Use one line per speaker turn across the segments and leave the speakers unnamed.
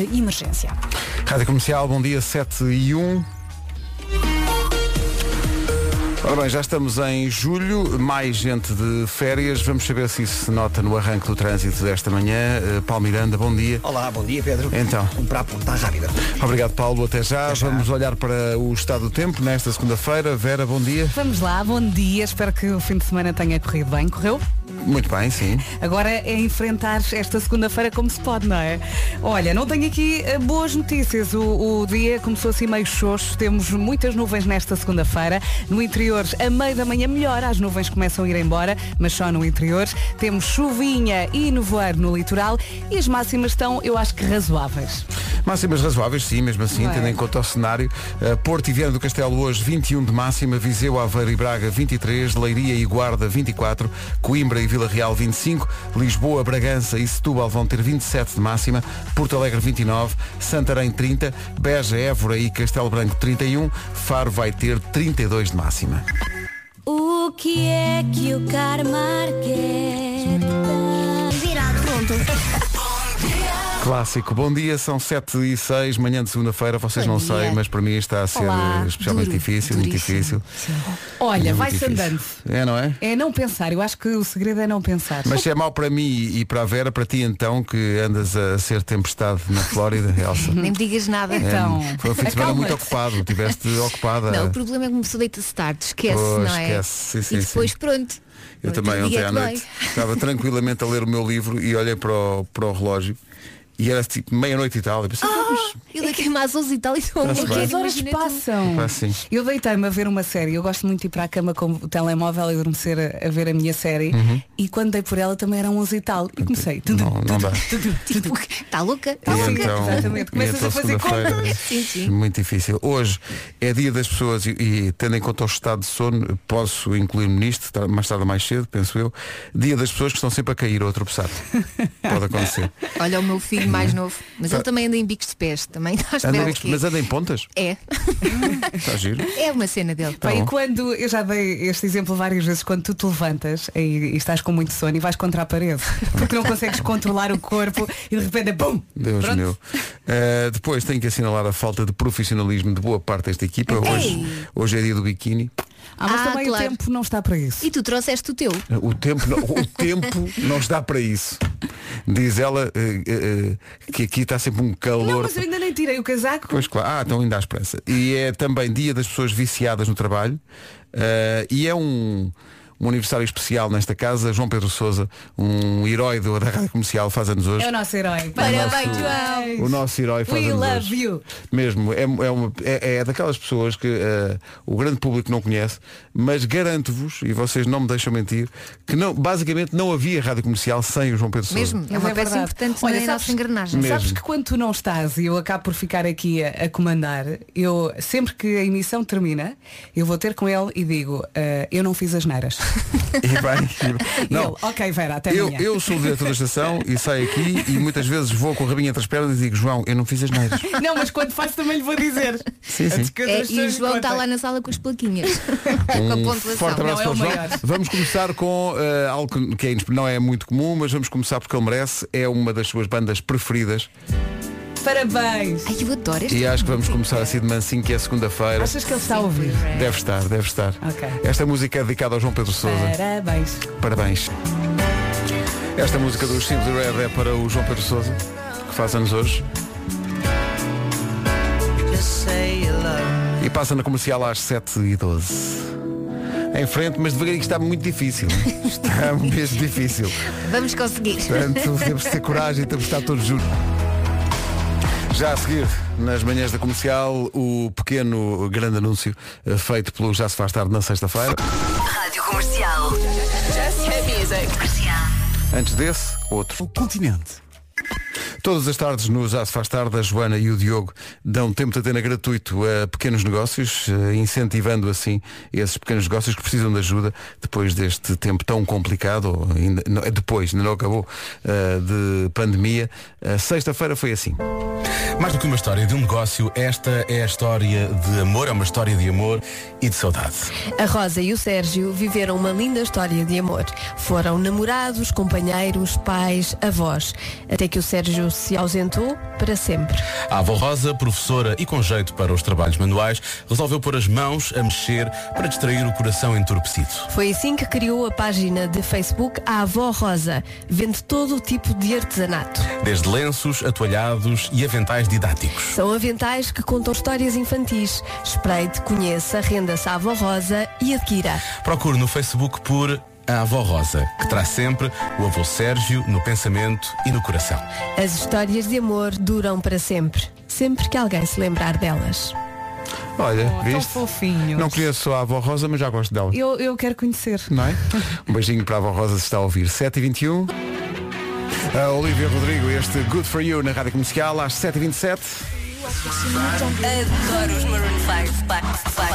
de emergência.
Rádio Comercial, bom dia 7 e 1. Ora bem, já estamos em julho, mais gente de férias. Vamos saber se isso se nota no arranque do trânsito desta manhã. Eh, Paulo Miranda, bom dia.
Olá, bom dia Pedro.
Então.
Um para apontar rápida.
Obrigado, Paulo. Até já.
já.
Vamos olhar para o estado do tempo nesta segunda-feira. Vera, bom dia.
Vamos lá, bom dia, espero que o fim de semana tenha corrido bem. Correu?
Muito bem, sim.
Agora é enfrentar esta segunda-feira como se pode, não é? Olha, não tenho aqui eh, boas notícias. O, o dia começou assim meio xoxo. Temos muitas nuvens nesta segunda-feira. No interior, a meio da manhã melhor, as nuvens começam a ir embora, mas só no interior. Temos chuvinha e nevoeiro no litoral e as máximas estão, eu acho que razoáveis.
Máximas razoáveis, sim, mesmo assim,
Não é?
tendo em conta o cenário. Eh, Porto e Viana do Castelo hoje 21 de máxima, Viseu, Aveiro e Braga 23, Leiria e Guarda 24, Coimbra e Vila Real 25, Lisboa, Bragança e Setúbal vão ter 27 de máxima, Porto Alegre 29, Santarém 30, Beja, Évora e Castelo Branco 31, Faro vai ter 32 de máxima.
O que é que o Carmar quer? Virado. Pronto.
Clássico, bom dia, são 7 e 6, manhã de segunda-feira, vocês
Bom
não
dia.
sei, mas para mim está a ser
Olá.
eh, especialmente
Duro,
difícil, muito
duríssimo.
difícil.
Sim.
Olha,
Muito
vai-se
difícil.
andando.
É, não é?
É não pensar, eu acho que o segredo é não pensar.
Mas se é mau para mim e para a Vera, para ti então, que andas a ser tempestade na Flórida, Elsa.
Nem me digas nada.
É,
Então,
foi um fim de semana muito
acalma-te.
ocupado, estiveste ocupada.
Não, o problema é que uma pessoa deita-se tarde, esquece,
Pois,
não é?
esquece, sim, sim,
e depois
sim.
pronto.
Eu
Então,
também ontem à
diga-te
noite
bem.
estava tranquilamente a ler o meu livro e olhei para o, para o relógio e era tipo meia-noite e tal. Eu pensei, "Ah, mas
Ele queima às 11 e tal e não
Está-se bem.
As horas passam.
Pá, Tá sim.
Eu deitei-me a ver uma série. Eu gosto muito de ir para a cama com o telemóvel e adormecer a, a ver a minha série. E quando dei por ela também eram 11 e tal. E comecei.
Uhum.
Tá
não, não dá.
Tipo, está louca? Está
E
louca?
então,
exatamente.
e
Começas
então
a fazer
segunda-feira,
contas.
Sim, sim.
é Muito difícil. Hoje é dia das pessoas e, e tendo em conta o estado de sono, posso incluir-me nisto, tar- mais tarde ou mais cedo, penso eu, dia das pessoas que estão sempre a cair ou a tropeçar. Pode acontecer.
Olha o meu filho mais novo. Mas ele também anda em bicos de pés. Também está à espera
Tá. Anda em
de
bicos-
quê?
mas anda em pontas?
É.
Está giro.
É uma cena dele.
Pá, e
bom.
quando eu já dei este exemplo várias vezes, quando tu te levantas e, e estás com muito sono e vais contra a parede, porque não consegues controlar o corpo e de repente é bum!
Deus
Pronto.
meu. Uh, depois tenho que assinalar a falta de profissionalismo de boa parte desta equipa. Hoje,
Ei!
hoje é dia do biquíni.
Ah, mas
Ah,
também o
claro.
tempo não está para isso.
E tu trouxeste o teu.
O tempo não, o tempo não está para isso. Diz ela eh, eh, eh, que aqui está sempre um
Não,
calor.
mas eu ainda nem tirei o casaco.
Pois claro. Ah, então ainda há esperança. E é também dia das pessoas viciadas no trabalho. eh, e é um, um aniversário especial nesta casa. João Pedro Souza, um herói do, da rádio comercial, faz anos hoje.
É o nosso herói.
Parabéns, João.
O nosso herói faz
We
anos
love
hoje.
you.
Mesmo, é, é, uma- é- é daquelas pessoas que eh, o grande público não conhece, mas garanto-vos, e vocês não me deixam mentir, que não, basicamente não havia rádio comercial sem o João Pedro Sousa.
Mesmo. É uma
é
peça
verdade.
importante
Olha,
na
sabes-
nossa engrenagem.
Mesmo.
Sabes que quando tu não estás e eu acabo por ficar aqui a, a comandar, eu sempre que a emissão termina, eu vou ter com ele e digo, "Ah, eu não fiz as neiras.
E vai-
E ele, ok Vera, até
Eu,
amanhã.
eu sou o diretor da estação e saio aqui e muitas vezes vou com a rabinha entre as pernas e digo, João, eu não fiz as neiras.
Não, mas quando faço também lhe vou dizer.
Sim, sim.
Antes que outras
É, e o
pessoas me
João está
contem.
lá na sala com as plaquinhas. com a
Um
pontuação.
forte
Não,
abraço
é o
para o João.
maior.
Vamos começar com eh, algo que- que é inesper- não é muito comum, mas vamos começar porque ele merece. É uma das suas bandas preferidas.
Parabéns.
Ai, eu adoro este
E acho que vamos
momento.
começar assim de mansinho, que é segunda-feira.
é um Achas que ele está a ouvir?
Deve estar, deve estar.
Ok.
Esta música é dedicada ao João Pedro Sousa.
Parabéns.
Parabéns. Esta música dos Simples Red é para o João Pedro Sousa, que faz anos hoje. E passa na comercial às 7h12. Em frente, mas devagarinho que está muito difícil. é? Está mesmo difícil.
Vamos conseguir.
Portanto, temos de ter coragem e temos de estar todos juntos. Já a seguir, nas manhãs da comercial, o pequeno grande anúncio eh, feito pelo Já se faz tarde na sexta-feira.
Rádio Comercial. Just hit music. Comercial.
Antes desse, outro. O continente. Todas as tardes no Já se faz tarde, a Joana e o Diogo dão tempo de antena gratuito a pequenos negócios, eh, incentivando assim esses pequenos negócios que precisam de ajuda depois deste tempo tão complicado, ou ainda, não, é depois, ainda não acabou, eh, de pandemia. A Sexta-feira foi assim.
Mais do que uma história de um negócio, esta é a história de amor, é uma história de amor e de saudade.
A Rosa e o Sérgio viveram uma linda história de amor. Foram namorados, companheiros, pais, avós. Até que o Sérgio se ausentou para sempre.
A avó Rosa, professora e com jeito para os trabalhos manuais, resolveu pôr as mãos a mexer para distrair o coração entorpecido.
Foi assim que criou a página de Facebook A Avó Rosa. Vende todo o tipo de artesanato.
Desde lenços, atualhados e aventais didáticos.
São aventais que contam histórias infantis. Espreite, conheça, renda-se à avó Rosa e adquira.
Procure no Facebook por a avó Rosa, que traz sempre o avô Sérgio no pensamento e no coração.
As histórias de amor duram para sempre, sempre que alguém se lembrar delas.
Olha,
Oh, tão
viste?
fofinhos.
Não conheço a avó Rosa, mas já gosto dela.
Eu, eu quero conhecer.
Não é? Um beijinho para a avó Rosa se está a ouvir. 7h21. A Olivia Rodrigo, este Good For You na Rádio Comercial, às 7h27.
Adoro os Maroon 5. Pá, pá, pá.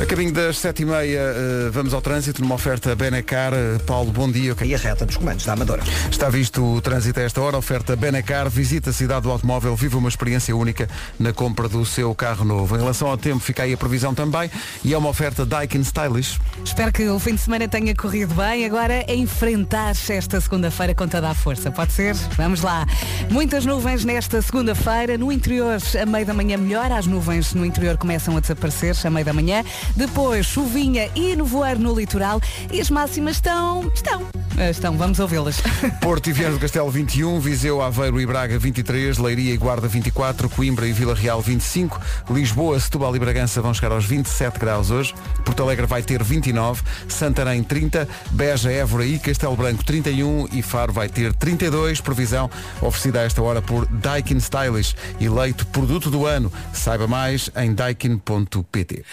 A caminho das 7h30 eh, vamos ao trânsito, numa oferta Benacar. Eh, Paulo, bom dia.
E a reta dos comandos da Amadora.
Está visto o trânsito a esta hora, oferta Benacar, visita a cidade do automóvel, vive uma experiência única na compra do seu carro novo. Em relação ao tempo, fica aí a previsão também e é uma oferta Daikin Stylish.
Espero que o fim de semana tenha corrido bem. Agora é enfrentar esta segunda-feira com toda a força. Pode ser? Vamos lá. Muitas nuvens nesta segunda-feira. No interior, a meio da manhã melhor. As nuvens no interior começam a desaparecer a meio da manhã. Depois, chuvinha e nevoeiro no litoral. E as máximas estão... Estão. Ah, Estão. Vamos ouvi-las.
Porto e Viana do Castelo 21, Viseu, Aveiro e Braga 23, Leiria e Guarda 24, Coimbra e Vila Real 25, Lisboa, Setúbal e Bragança vão chegar aos 27 graus hoje, Porto Alegre vai ter 29, Santarém 30, Beja, Évora e Castelo Branco 31 e Faro vai ter 32, previsão oferecida a esta hora por Daikin Stylish, eleito produto do ano. Saiba mais em daikin.pt.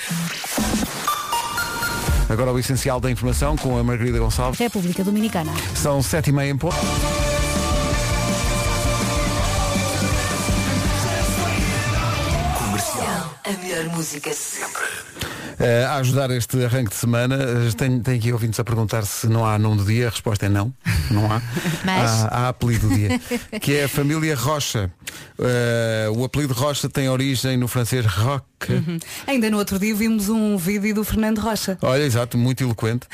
Agora o essencial da informação com a Margarida Gonçalves.
República Dominicana.
São sete e meia em ponto.
A melhor música sempre.
Eh, a ajudar este arranque de semana, eh, tem, tem aqui ouvintes a perguntar se não há nome do dia. A resposta é não, não há.
Mas?
Há, há apelido do dia, que é a família Rocha. Eh, o apelido Rocha tem origem no francês Roque.
Uhum. Ainda no outro dia vimos um vídeo do Fernando Rocha.
Olha, exato, muito eloquente.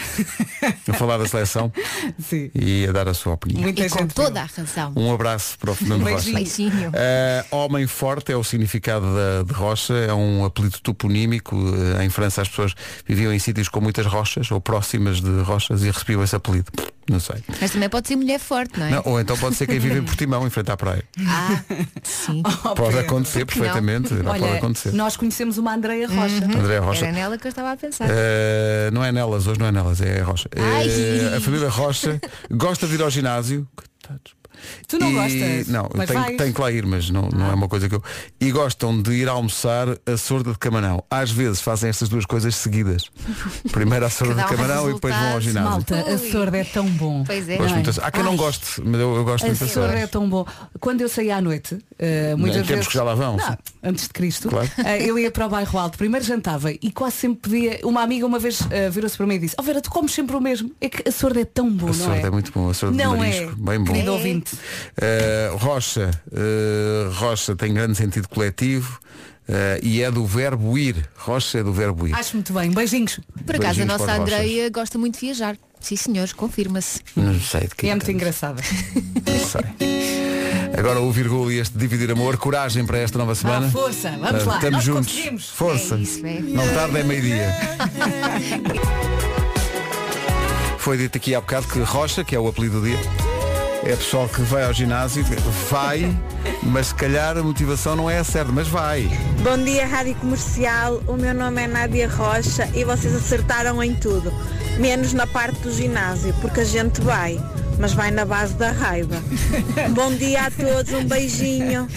a falar da seleção
Sim.
e a dar a sua opinião.
Muita
E com
gente
toda a razão.
Um abraço para o Fernando Rocha.
Beijinho.
Beijinho.
Eh, homem forte é o significado da, de rocha, é um apelido toponímico. Eh, em França as pessoas viviam em sítios com muitas rochas ou próximas de rochas e recebiam esse apelido. Não sei.
Mas também pode ser mulher forte, não é?
Não, ou então pode ser quem vive em Portimão, em frente à praia.
Ah, sim.
Pode
Pedro.
acontecer
Por que não?
perfeitamente. Não
Olha,
pode acontecer.
nós conhecemos uma Andreia Rocha.
André Rocha.
Era nela que eu estava a
Tá.
pensar.
Eh, não é nelas, hoje não é nelas, é a Rocha. Eh,
Ai.
a família Rocha gosta de ir ao ginásio. Coitados.
Tu não
E-
gostas,
Não,
mas Ah,
tenho,
vais. Ah.
tenho que lá ir, mas não, não é uma coisa que eu. E gostam de ir almoçar a sorda de camarão. Às vezes fazem estas duas coisas seguidas. Primeiro a sorda
Que dá
de
um
camarão e depois vão ao
resultado
ginásio.
Malta, a
Ui.
sorda é tão bom.
Pois é.
Gosto
não é?
muito da- Há quem não
Ai.
goste, mas eu, eu gosto
A
muito da
sorda
sorda.
é tão bom. Quando eu saía à noite, eh, muitas
Em tempos
vezes.
que já lá vão,
Não,
sim.
antes de Cristo,
Claro.
eh, eu ia para o bairro alto, primeiro jantava e quase sempre pedia. Uma amiga uma vez eh, virou-se para mim e disse, oh Vera, tu comes sempre o mesmo. É que a sorda é tão bom,
A
não
sorda
é?
é muito bom, a sorda de
não
marisco,
é?
bem bom.
Querido ouvinte.
Uh, Rocha, uh, Rocha tem grande sentido coletivo uh, e é do verbo ir. Rocha é do verbo ir.
Acho muito bem. Beijinhos.
Por acaso, a
Beijinhos
nossa
para vocês.
Andreia gosta muito de viajar. Sim, senhores, confirma-se.
Não sei de
E
quem
é muito
estamos.
engraçada.
Não sei. Agora o vírgula e este dividir amor, coragem para esta nova semana.
Vá, força, vamos
Uh,
lá.
Estamos
Nós
juntos.
conseguimos.
Força.
É isso, é.
Não tarda é meio-dia. Foi dito aqui há bocado que Rocha, que é o apelido do dia, é pessoal que vai ao ginásio, vai, mas se calhar a motivação não é a certa, mas vai.
Bom dia, Rádio Comercial. O meu nome é Nádia Rocha e vocês acertaram em tudo, menos na parte do ginásio, porque a gente vai, mas vai na base da raiva. Bom dia a todos, um beijinho.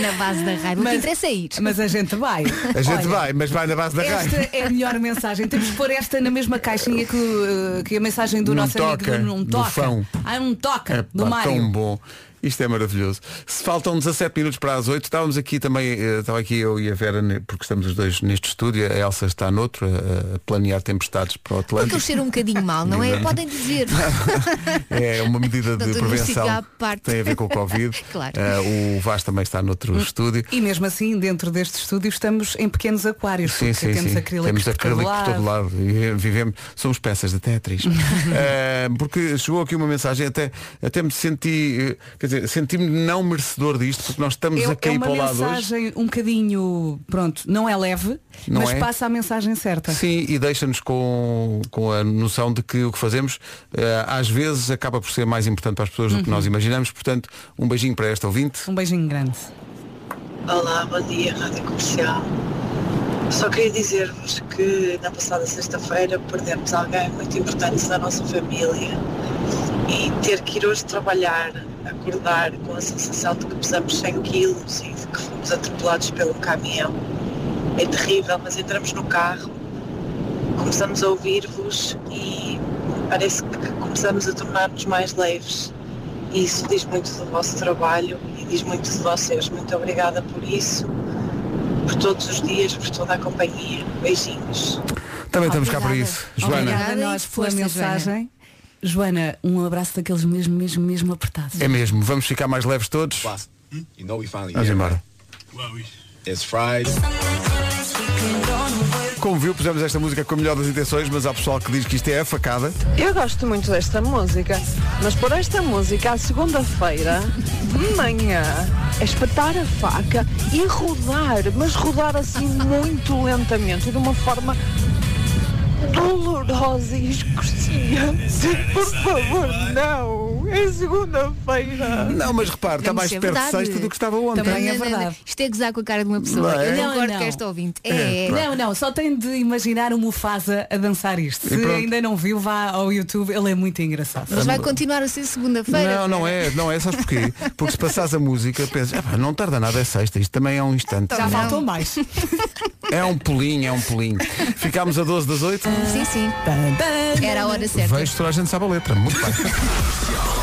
Na base da raiva. o que interessa é ir.
Mas a gente vai.
A gente
Olha,
vai, mas vai na base da raiva.
Esta é a melhor mensagem. Temos que pôr esta na mesma caixinha que, uh, que a mensagem do
Não
nosso
toca,
amigo do Não
do
Toca.
Fão.
Ah, não toca,
É
do
pá,
Mário.
tão bom. Isto é maravilhoso. Se faltam 17 minutos para as 8, estávamos aqui também, eh, estava aqui eu e a Vera, ne- porque estamos os dois neste estúdio, a Elsa está noutro, a a planear tempestades para o
Porque
Atlântico.
eles cheiram um bocadinho mal, não é? Podem dizer.
É uma medida de
Doutor
prevenção
Música à parte.
que tem a ver com o Covid.
Claro. Hum.
Eh, o Vaz também está noutro estúdio.
Hum. E mesmo assim, dentro deste estúdio, estamos em pequenos aquários, porque temos acrílicos
Temos
por todo
acrílico por
lado.
todo lado. E Vivemos, somos peças de Tetris. Eh, porque chegou aqui uma mensagem, até, até me senti, eh, quer dizer, senti-me não merecedor disto, porque nós estamos
É-
a
É
cair
uma
para o lado hoje.
mensagem um bocadinho, pronto, não é leve,
Não
mas
é?
passa a mensagem certa.
Sim, e deixa-nos com, com a noção de que o que fazemos eh, às vezes acaba por ser mais importante para as pessoas do que nós imaginamos. Portanto, um beijinho para esta ouvinte.
Uhum. Um beijinho grande.
Olá, bom dia, Rádio Comercial. Só queria dizer-vos que na passada sexta-feira perdemos alguém muito importante da nossa família e ter que ir hoje trabalhar, acordar com a sensação de que pesamos 100 quilos e de que fomos atropelados pelo caminhão é terrível, mas entramos no carro, começamos a ouvir-vos e parece que começamos a tornar-nos mais leves. E isso diz muito do vosso trabalho e diz muito de vocês. Muito obrigada por isso, por todos os dias, por toda a companhia. Beijinhos.
Também estamos cá
Obrigada.
para isso. Joana,
Obrigada
Obrigada a nós
e
pela
força,
mensagem. Joana, um abraço daqueles mesmo, mesmo, mesmo apertados.
é mesmo. Vamos ficar mais leves todos.
Hmm? You know we finally
Vamos embora.
It's fried.
Como viu, pusemos esta música com a melhor das intenções, mas há pessoal que diz que isto é a facada.
Eu gosto muito desta música, mas por esta música à segunda-feira de manhã é espetar a faca e rodar, mas rodar assim muito lentamente, de uma forma dolorosa e excruciante. Por favor, não! É segunda-feira!
Não, mas repare, está
Não,
mais
isso é
perto de
verdade.
sexta do que estava ontem.
Também é
Não, não, não.
verdade.
Isto é gozar com a cara de uma pessoa.
Não é?
Eu
Não,
concordo
não.
com esta ouvinte. É, é.
Não, não, só tem de imaginar o Mufasa a dançar isto. Se
pronto.
ainda não viu, vá ao YouTube, ele é muito engraçado.
Mas vai continuar a ser segunda-feira.
Não, não é, não é, sabes porquê? Porque se passares a música, pensas, "Epá, não tarda nada, é sexta, isto também é um instante.
Já
Então, Não.
faltou mais.
É um pulinho, é um pulinho. Ficámos a 12 das 8.
Sim, sim.
Tan, tan.
Era a hora certa.
Vejo se toda a gente sabe a letra. Muito bem.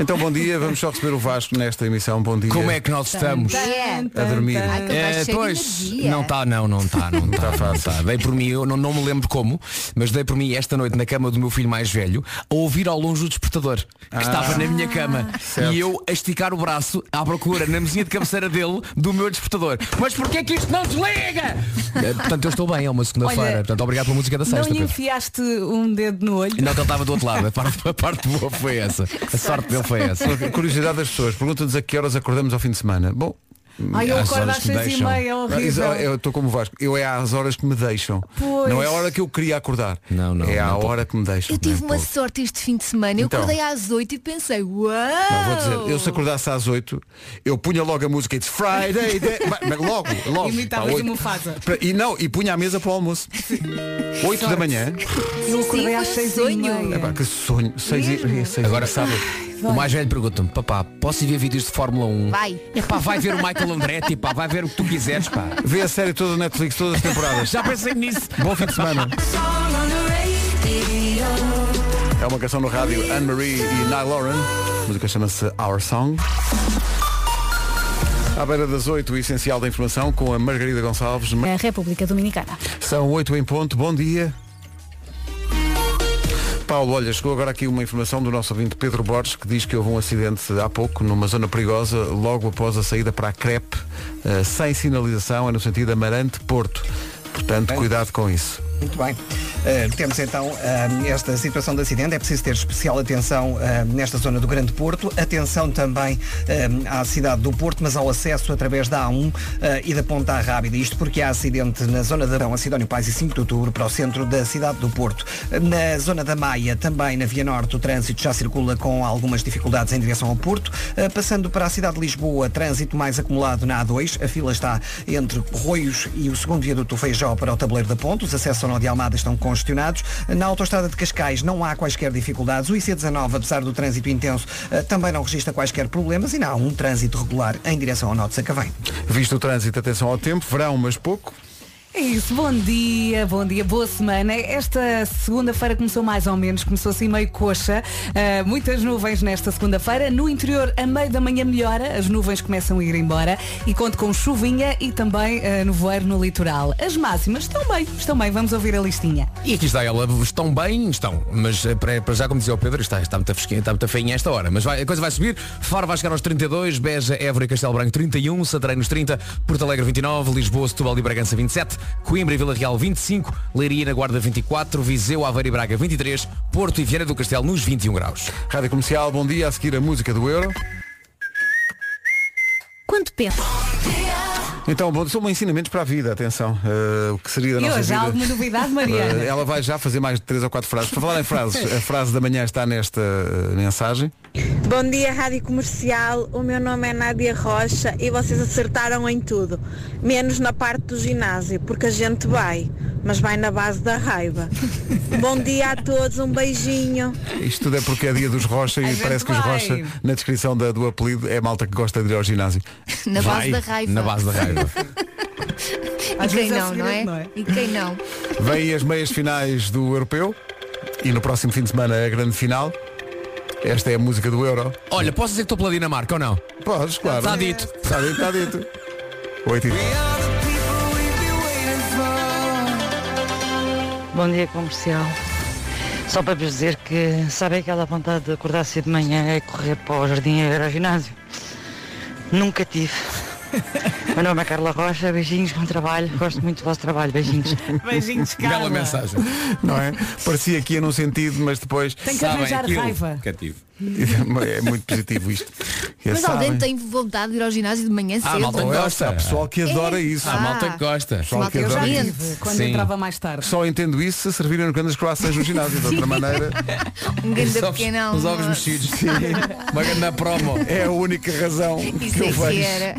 Então bom dia, vamos só receber o Vasco nesta emissão. Bom dia.
Como é que nós estamos?
Yeah.
A
Ah,
dormir.
então
Ai,
tá
que
É,
vais cheio de
pois,
energia.
não tá está, não, não está, não está, não tá. Dei por mim, eu não, não me lembro como, mas dei por mim esta noite na cama do meu filho mais velho a ouvir ao longe o despertador que estava na minha cama
Ah. Certo.
e eu a esticar o braço à procura na mesinha de cabeceira dele do meu despertador. Mas
é
porquê que isto não desliga? Eh, Portanto, eu estou bem, é uma
Olha,
segunda-feira. Portanto, obrigado pela música da
Não
sexta.
lhe
Pedro.
enfiaste um dedo no olho?
Não, que ele estava do outro lado. A parte, a parte boa foi essa. A sorte dele foi essa.
Curiosidade das pessoas, pergunta-nos a que horas acordamos ao fim de semana. Bom,
Ai, eu
Às
acordo
horas
às
que me
seis e
deixam.
meia, é
Ah, isso,
horrível.
ah, Eu estou como o Vasco. Eu é às horas que me deixam.
Pois.
Não é a hora que eu queria acordar.
Não, não,
É à
não,
hora que me deixam.
Eu tive
Não,
uma
pouco.
sorte este fim de semana. Eu
né, Então.
acordei às 8 e pensei, uau!
Não, vou dizer, eu se acordasse às 8, eu punha logo a música It's Friday. day- Vai, mas Logo, logo.
Imitavas
Pá,
o
oito.
Mufasa.
Pra- E não, e punha a mesa para o almoço. 8 da manhã.
Eu acordei
Sim,
às
foi
seis e
sonho.
meia.
Epá, que sonho. Seis e, seis
Agora sabe, o mais velho pergunta-me, papá, posso ir ver vídeos de Fórmula 1?
Vai.
Epá, vai ver o Michael Andretti, tipo, pá, vai ver o que tu quiseres, pá.
Vê a série toda da Netflix, todas as temporadas.
Já pensei nisso.
Bom fim de semana. É uma canção no rádio Anne-Marie e Nye Lauren. A música chama-se Our Song. À beira das 8, o essencial da informação com a Margarida Gonçalves.
A República Dominicana.
São 8 em ponto. Bom dia. Paulo, olha, chegou agora aqui uma informação do nosso ouvinte Pedro Borges que diz que houve um acidente há pouco numa zona perigosa logo após a saída para a Crepe, eh, sem sinalização, é no sentido Amarante-Porto. Portanto, cuidado com isso.
Muito bem. Uh, temos então uh, esta situação de acidente. É preciso ter especial atenção uh, nesta zona do Grande Porto. Atenção também um, à cidade do Porto, mas ao acesso através da A1 uh, e da Ponta à Rábida. Isto porque há acidente na zona da Arão, a Sidónio Pais e 5 de Outubro, para o centro da cidade do Porto. Na zona da Maia, também na Via Norte, o trânsito já circula com algumas dificuldades em direção ao Porto. Uh, passando para a cidade de Lisboa, trânsito mais acumulado na A2. A fila está entre Corroios e o segundo viaduto do Feijó para o Tabuleiro da Ponte. Os acessos ao Nó de Almada estão congestionados. Na autoestrada de Cascais não há quaisquer dificuldades. O IC19, apesar do trânsito intenso, eh, também não registra quaisquer problemas e não há um trânsito regular em direção ao Nó de Sacavém.
Visto o trânsito, atenção ao tempo, verão, mas pouco.
É É isso, bom dia, bom dia, boa semana. Esta segunda-feira começou mais ou menos, começou assim meio coxa. Ah, muitas nuvens nesta segunda-feira. No interior, a meio da manhã melhora, as nuvens começam a ir embora e conto com chuvinha e também ah, nevoeiro no litoral. As máximas estão bem, estão bem, vamos ouvir a listinha.
E aqui está ela, estão bem, estão, mas eh, para, para já, como dizia o Pedro, está, está muito fresquinha, está muito feinha esta hora, mas vai- a coisa vai subir, Faro vai chegar aos 32, Beja, Évora e Castelo Branco 31, Santarém nos 30, Porto Alegre 29, Lisboa, Setúbal e Bragança 27, Coimbra e Vila Real 25, Leiria na Guarda 24, Viseu, Aveiro e Braga 23, Porto e Viana do Castelo nos 21 graus.
Rádio Comercial, bom dia, a seguir a música do Euro.
Quanto pensa?
Então, bom, são ensinamentos para a vida, atenção. eh, o que seria da
E
nossa
hoje há
vida?
alguma novidade, Mariana?
Eh, ela vai já fazer mais de três ou quatro frases. Para falar em frases, a frase da manhã está nesta eh, mensagem.
Bom dia, Rádio Comercial. O meu nome é Nádia Rocha e vocês acertaram em tudo, menos na parte do ginásio, porque a gente vai, mas vai na base da raiva. Bom dia a todos, um beijinho.
Isto tudo é porque é dia dos Rocha
A
e
gente
parece que os
vai.
Rocha, na descrição da- do apelido, é a malta que gosta de ir ao ginásio.
Na base
Vai,
da raiva.
Na base da raiva.
E
Às
quem
vezes é o
não, não é?
segredo, não é?
E quem não?
Vêm as meias finais do Europeu e no próximo fim de semana a grande final. Esta é a música do Euro.
Olha, posso dizer que estou pela Dinamarca ou não?
Podes, claro.
Está dito.
Está dito, está dito. Oito e
Bom dia, comercial. Só para vos dizer que sabem aquela vontade de acordar cedo de manhã e correr para o jardim e ir ao ginásio? Nunca tive. Meu nome é Carla Rocha, beijinhos, bom trabalho. Gosto muito do vosso trabalho, beijinhos.
Beijinhos, Carla. Bela
mensagem. Não é? Parecia que ia num sentido, mas depois.
Tem que arranjar raiva.
Cativo. É muito positivo isto. É,
Mas
sabem. Ah,
alguém tem vontade de ir ao ginásio de manhã
Ah,
cedo.
Há pessoal que adora
É.
isso.
Há Ah. malta que
gosta.
Pessoal
Malta,
que
eu já
adora
tive,
isso.
quando entrava mais tarde.
Só entendo isso se servirem no grandes croissants no ginásio. De outra maneira,
Um grande pequenão.
Sim. Uma grande promo. É a única razão que
Isso
eu
é que
vejo.
era.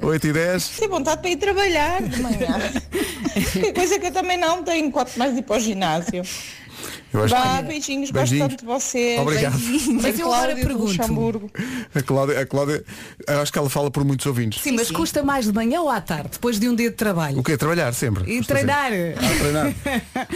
8 e 10.
Sem vontade para ir trabalhar de manhã. Que coisa que eu também não tenho, quanto mais ir para o ginásio.
Eu acho
Vá,
que-
beijinhos,
Beijinhos.
gosto tanto de vocês.
é, Obrigado.
Beijinhos.
Mas eu agora
Cláudia do
pergunto.
Luxemburgo.
A Cláudia, a Cláudia, eu acho que ela fala por muitos ouvintes.
Sim, mas custa mais de manhã ou à tarde, depois de um dia de trabalho?
O quê? Trabalhar sempre.
E
Custa
treinar.
sempre. Ah, treinar.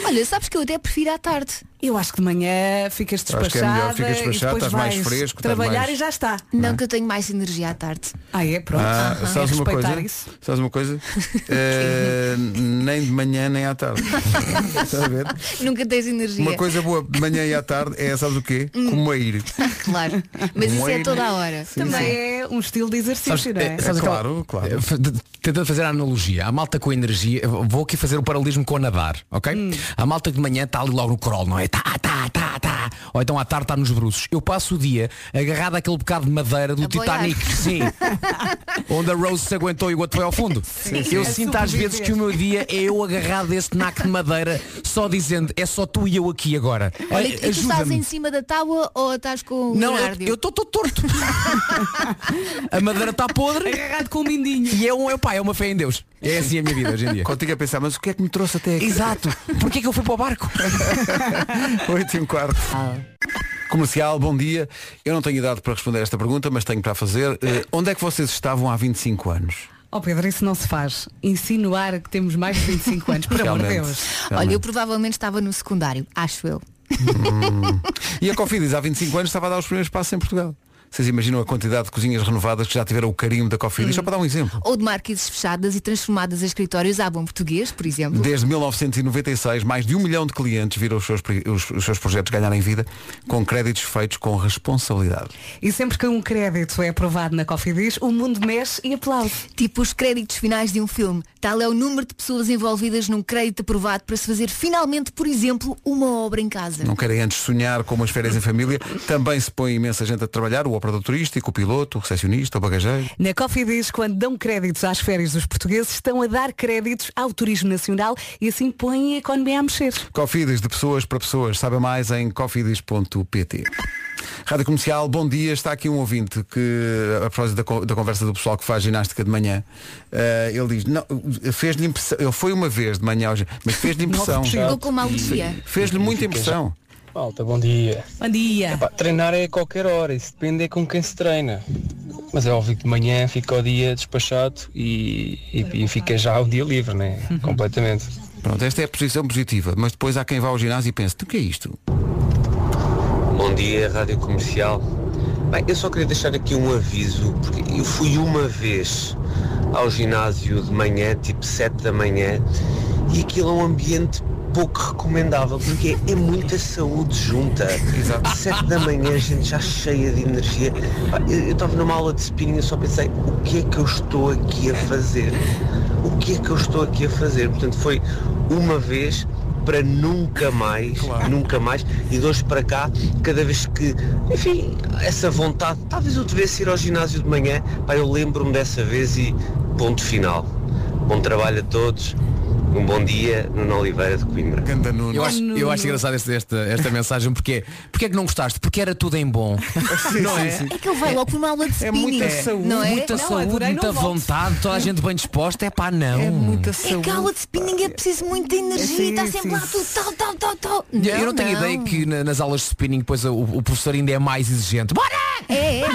Olha, sabes que eu até prefiro à tarde.
Eu acho que de manhã ficas
Acho que é
despachada.
melhor, ficas
e
despachado,
depois
estás mais
vais
fresco, estás
Trabalhar
mais-
e já está.
Não, que eu tenho mais energia à tarde.
Ah, é? Pronto.
Ah,
Aham.
sabes,
É
uma
respeitar
coisa?
isso.
sabes uma coisa? Eh, nem de manhã nem à tarde. Estás a ver?
Nunca tens energia.
Uma coisa boa de manhã e à tarde é, sabes o quê?
Hum.
Comer.
Claro. Mas isso é
Moer.
toda a hora.
Sim,
Também é um estilo de
Sabes-
exercício, não é?
eh, sabes aquela- eh, fa- de- Tentando fazer a analogia, a malta com energia, eu vou aqui fazer o paralelismo com o nadar, ok? A malta que de manhã está ali logo no crawl, não é? Tá, tá, tá, tá. Ou então à tarde está nos bruços. Eu passo o dia agarrado àquele bocado de madeira do
boiar.
Titanic, sim. onde a Rose se aguentou e o outro foi ao fundo.
Sim,
Eu
sim.
sinto
É
às vezes
sobreviver.
que o meu dia é eu agarrado a esse naco de madeira, só dizendo, é só tu e eu aqui agora.
Olha,
Eh,
e tu estás
ajuda-me.
em cima da tábua ou estás com o
Não, eu-
Leonardo?
eu estou torto. A madeira está podre.
Agarrado com o mindinho.
E é um, é, pá, é uma fé em Deus. É assim a minha vida hoje em dia.
Contigo a pensar, mas o que é que me trouxe até aqui?
Exato. Porquê é que eu fui para o barco?
8 e um quarto. Comercial, bom dia. Eu não tenho idade para responder esta pergunta, mas tenho para a fazer. Eh, onde é que vocês estavam há 25 anos?
Oh Pedro, isso não se faz. Insinuar que temos mais de 25 anos, por amor de
Realmente,
Deus.
realmente.
Olha, eu provavelmente estava no secundário, acho eu.
Hum. E a Cofidis há 25 anos estava a dar os primeiros passos em Portugal. Vocês imaginam a quantidade de cozinhas renovadas que já tiveram o carinho da Cofidis? Só para dar um exemplo.
Ou de marquises fechadas e transformadas em escritórios à bom português, por exemplo.
Desde 1996, mais de um milhão de clientes viram os seus, pre- os- os seus projetos ganharem vida com créditos feitos com responsabilidade.
E sempre que um crédito é aprovado na Cofidis, o mundo mexe e aplaude.
Tipo os créditos finais de um filme. Tal é o número de pessoas envolvidas num crédito aprovado para se fazer finalmente, por exemplo, uma obra em casa.
Não querem antes sonhar com umas férias em família. Também se põe imensa gente a trabalhar, o operador turístico, o piloto, o recepcionista, o bagageiro.
Na Cofidis, quando dão créditos às férias dos portugueses, estão a dar créditos ao turismo nacional e assim põem a economia a mexer.
Cofidis de pessoas para pessoas. Saiba mais em cofidis.pt. Rádio Comercial, bom dia. Está aqui um ouvinte que, a propósito da, co- da conversa do pessoal que faz ginástica de manhã, eh, ele diz, não, fez-lhe impressão, ele foi uma vez de manhã, hoje, mas fez-lhe impressão.
Ficou com uma alergia.
Fez-lhe muita impressão.
Malta, bom dia.
Bom dia.
treinar é a qualquer hora, isso depende é com quem se treina.
Mas é óbvio que de manhã fica o dia despachado e, e, e fica já o dia livre, né? Completamente.
Pronto, esta é a posição positiva, mas depois há quem vá ao ginásio e pensa, o que é isto?
Bom dia, Rádio Comercial. Bem, eu só queria deixar aqui um aviso, porque eu fui uma vez ao ginásio de manhã, tipo 7 da manhã, e aquilo é um ambiente pouco recomendável, porque é muita saúde junta. Exato. 7 da manhã, gente já cheia de energia. Pá, Eu eu estava numa aula de spinning e eu só pensei, o que é que eu estou aqui a fazer? O que é que eu estou aqui a fazer? Portanto, foi uma vez para nunca mais, nunca mais, e de hoje para cá, cada vez que, enfim, essa vontade, talvez eu devesse ir ao ginásio de manhã, pá, eu lembro-me dessa vez e ponto final. Bom trabalho a todos, um bom dia, Nuno Oliveira de Coimbra.
Eu acho, eu acho engraçado este- esta, esta mensagem porque porque é que não gostaste? Porque era tudo em bom. não é?
É que ele vai logo para uma aula de spinning. não é?
muita
Não,
saúde,
adorei, não
muita
volto.
vontade, toda a gente bem disposta, é pá, não.
É que a aula de spinning é preciso muita energia e está
tá
sempre lá tudo tal, tal, tal, tal.
Eu- eu não tenho ideia que na- nas aulas de spinning depois o, o professor ainda é mais exigente. Bora!
É, é.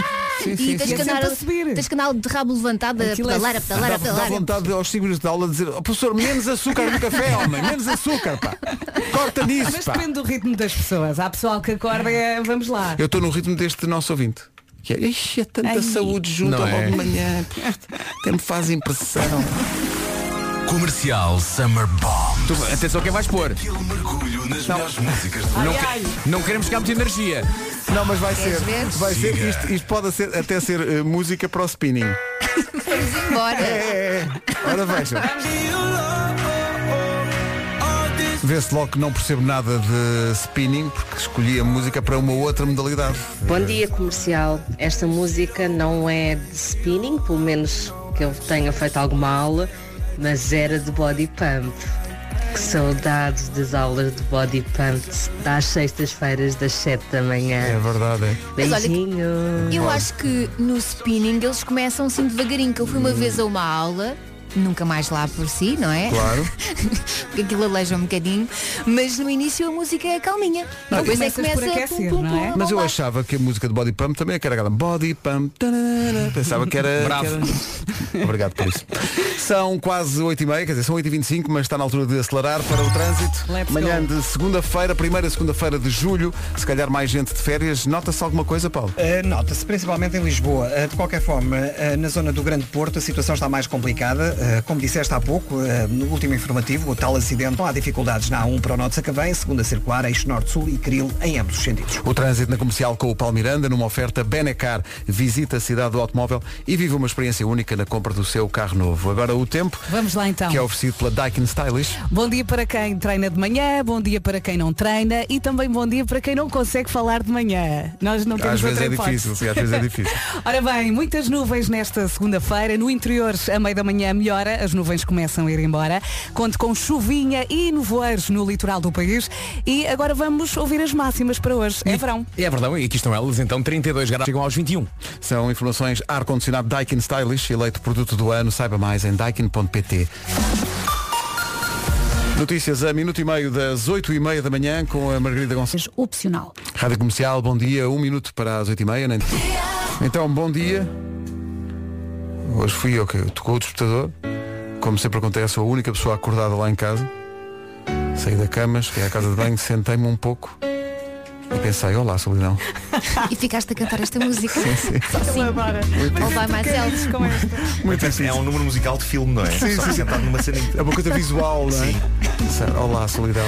Sim,
e
sim,
tens,
sim.
que
É
andar,
sempre a
tens que andar de rabo levantado a
Aquilo é-
pedalar, a pedalar,
dá,
a pedalar.
dá vontade aos símbolos da aula de dizer, "Oh, professor, menos açúcar no café, homem, menos açúcar, pá. Corta nisso,
Mas
pá.
depende do ritmo das pessoas. Há pessoal que acorda e é, vamos lá.
Eu estou no ritmo deste nosso ouvinte. Que é, Ixi, é tanta
Ai.
saúde junta
Não
logo
é?
de manhã. Até me faz impressão.
Comercial Summer Bomb.
atenção quem vais pôr.
mergulho nas melhores músicas do
Não,
mundo.
que- não queremos ficar muito energia.
Não, mas vai
Queres
ser.
ver?
Vai ser
Siga.
isto, isto pode ser, até ser eh, música para o spinning.
Vamos embora.
Ora vejam. Vê-se logo que não percebo nada de spinning porque escolhi a música para uma outra modalidade.
Bom dia comercial. Esta música não é de spinning, pelo menos que eu tenha feito alguma aula, mas era de body pump. Que saudades das aulas de body pump às sextas-feiras das 7 da manhã. É
verdade.
Mas olha que-
Beijinhos.
Eu acho que no spinning eles começam assim devagarinho, que eu fui uma vez a uma aula, nunca mais lá por si, não é?
Claro.
Porque aquilo aleja um bocadinho, mas no início a música é calminha.
Não,
Depois é que
Ah, começas por
começa
aquecer,
pum, pum,
não é?
pum,
Mas eu
pum,
achava que a música de Body Pump também é que era aquela Body Pump. tararara. Pensava que era.
Bravo.
que era- Obrigado por isso. São quase 8h30, quer dizer, são 8h25, mas está na altura de acelerar para o trânsito. Manhã de segunda-feira, primeira segunda-feira de julho, se calhar mais gente de férias. Nota-se alguma coisa, Paulo?
Uh, Nota-se, principalmente em Lisboa. Uh, de qualquer forma, uh, na zona do Grande Porto a situação está mais complicada. Uh, como disseste há pouco, uh, no último informativo, o tal acidente, não há dificuldades na A1 para o Norte Sacavém, segunda circular, eixo Norte-Sul e Cril em ambos os sentidos.
O trânsito na comercial com o Palmiranda, numa oferta Benecar, visita a cidade do automóvel e vive uma experiência única na compra do seu carro novo. Agora o tempo,
Vamos lá então.
que é oferecido pela Daikin Stylish.
Bom dia para quem treina de manhã, bom dia para quem não treina e também bom dia para quem não consegue falar de manhã. Nós não temos
Às vezes
outra
é
hipótese.
difícil, sim, às vezes é difícil.
Ora bem, muitas nuvens nesta segunda-feira. No interior, a meio da manhã melhora, as nuvens começam a ir embora. Conto com chuvinha e nevoeiros no litoral do país. E agora vamos ouvir as máximas para hoje. É verão.
É verdade, e aqui estão elas, então 32 graus chegam aos 21.
São informações ar-condicionado Daikin Stylish, eleito produto do ano. Saiba mais em daikin.pt. Notícias a minuto e meio das 8 e meia da manhã com a Margarida Gonçalves.
Opcional.
Rádio Comercial, bom dia. Um minuto para as 8 e meia. né? Então, bom dia. Hoje fui eu que tocou o despertador. Como sempre acontece, sou a única pessoa acordada lá em casa. Saí da cama, cheguei à casa de banho, sentei-me um pouco e pensei, olá, solidão.
pum. E ficaste a cantar esta música. Sim,
sim.
Ou vai mais alto.
Muito
é um número musical de filme, não é?
Sim,
Só que
sim.
sentado numa sanita.
É uma coisa visual, não é? Pensar, Olá, solidão.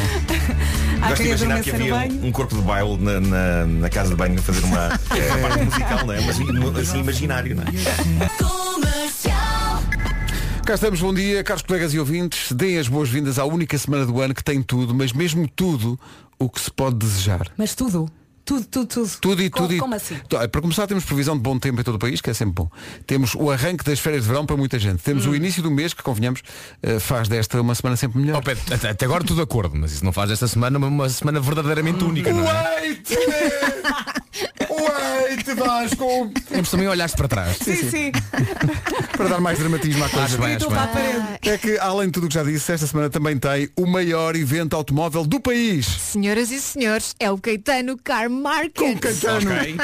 Gosto de imaginar que havia um, um corpo de baile na, na- na casa de banho a fazer uma, uma parte musical, não é? Mas um- assim imaginário, não é?
Cá estamos, bom dia, caros colegas e ouvintes. Deem as boas-vindas à única semana do ano que tem tudo, mas mesmo tudo, o que se pode desejar.
Mas tudo. Tudo, tudo, tudo.
Tudo e
como,
tudo e...
Como assim?
Tá, Para começar temos previsão de bom tempo em todo o país, que é sempre bom. Temos o arranque das férias de verão para muita gente. Temos
Hum.
o início do mês, que convenhamos, eh, faz desta uma semana sempre melhor.
Oh, Até, até agora tudo de acordo, mas isso não faz desta Hum. semana uma, uma semana verdadeiramente única, não é?
Wait! Wait, Vasco!
Mas também olhaste para trás.
Sim, sim.
para dar mais dramatismo à coisa.
Acho bem, acho bem.
É que, além de tudo o que já disse, esta semana também tem o maior evento automóvel do país.
Senhoras e senhores, é o Caetano Car Market.
Com Caetano.
Ok.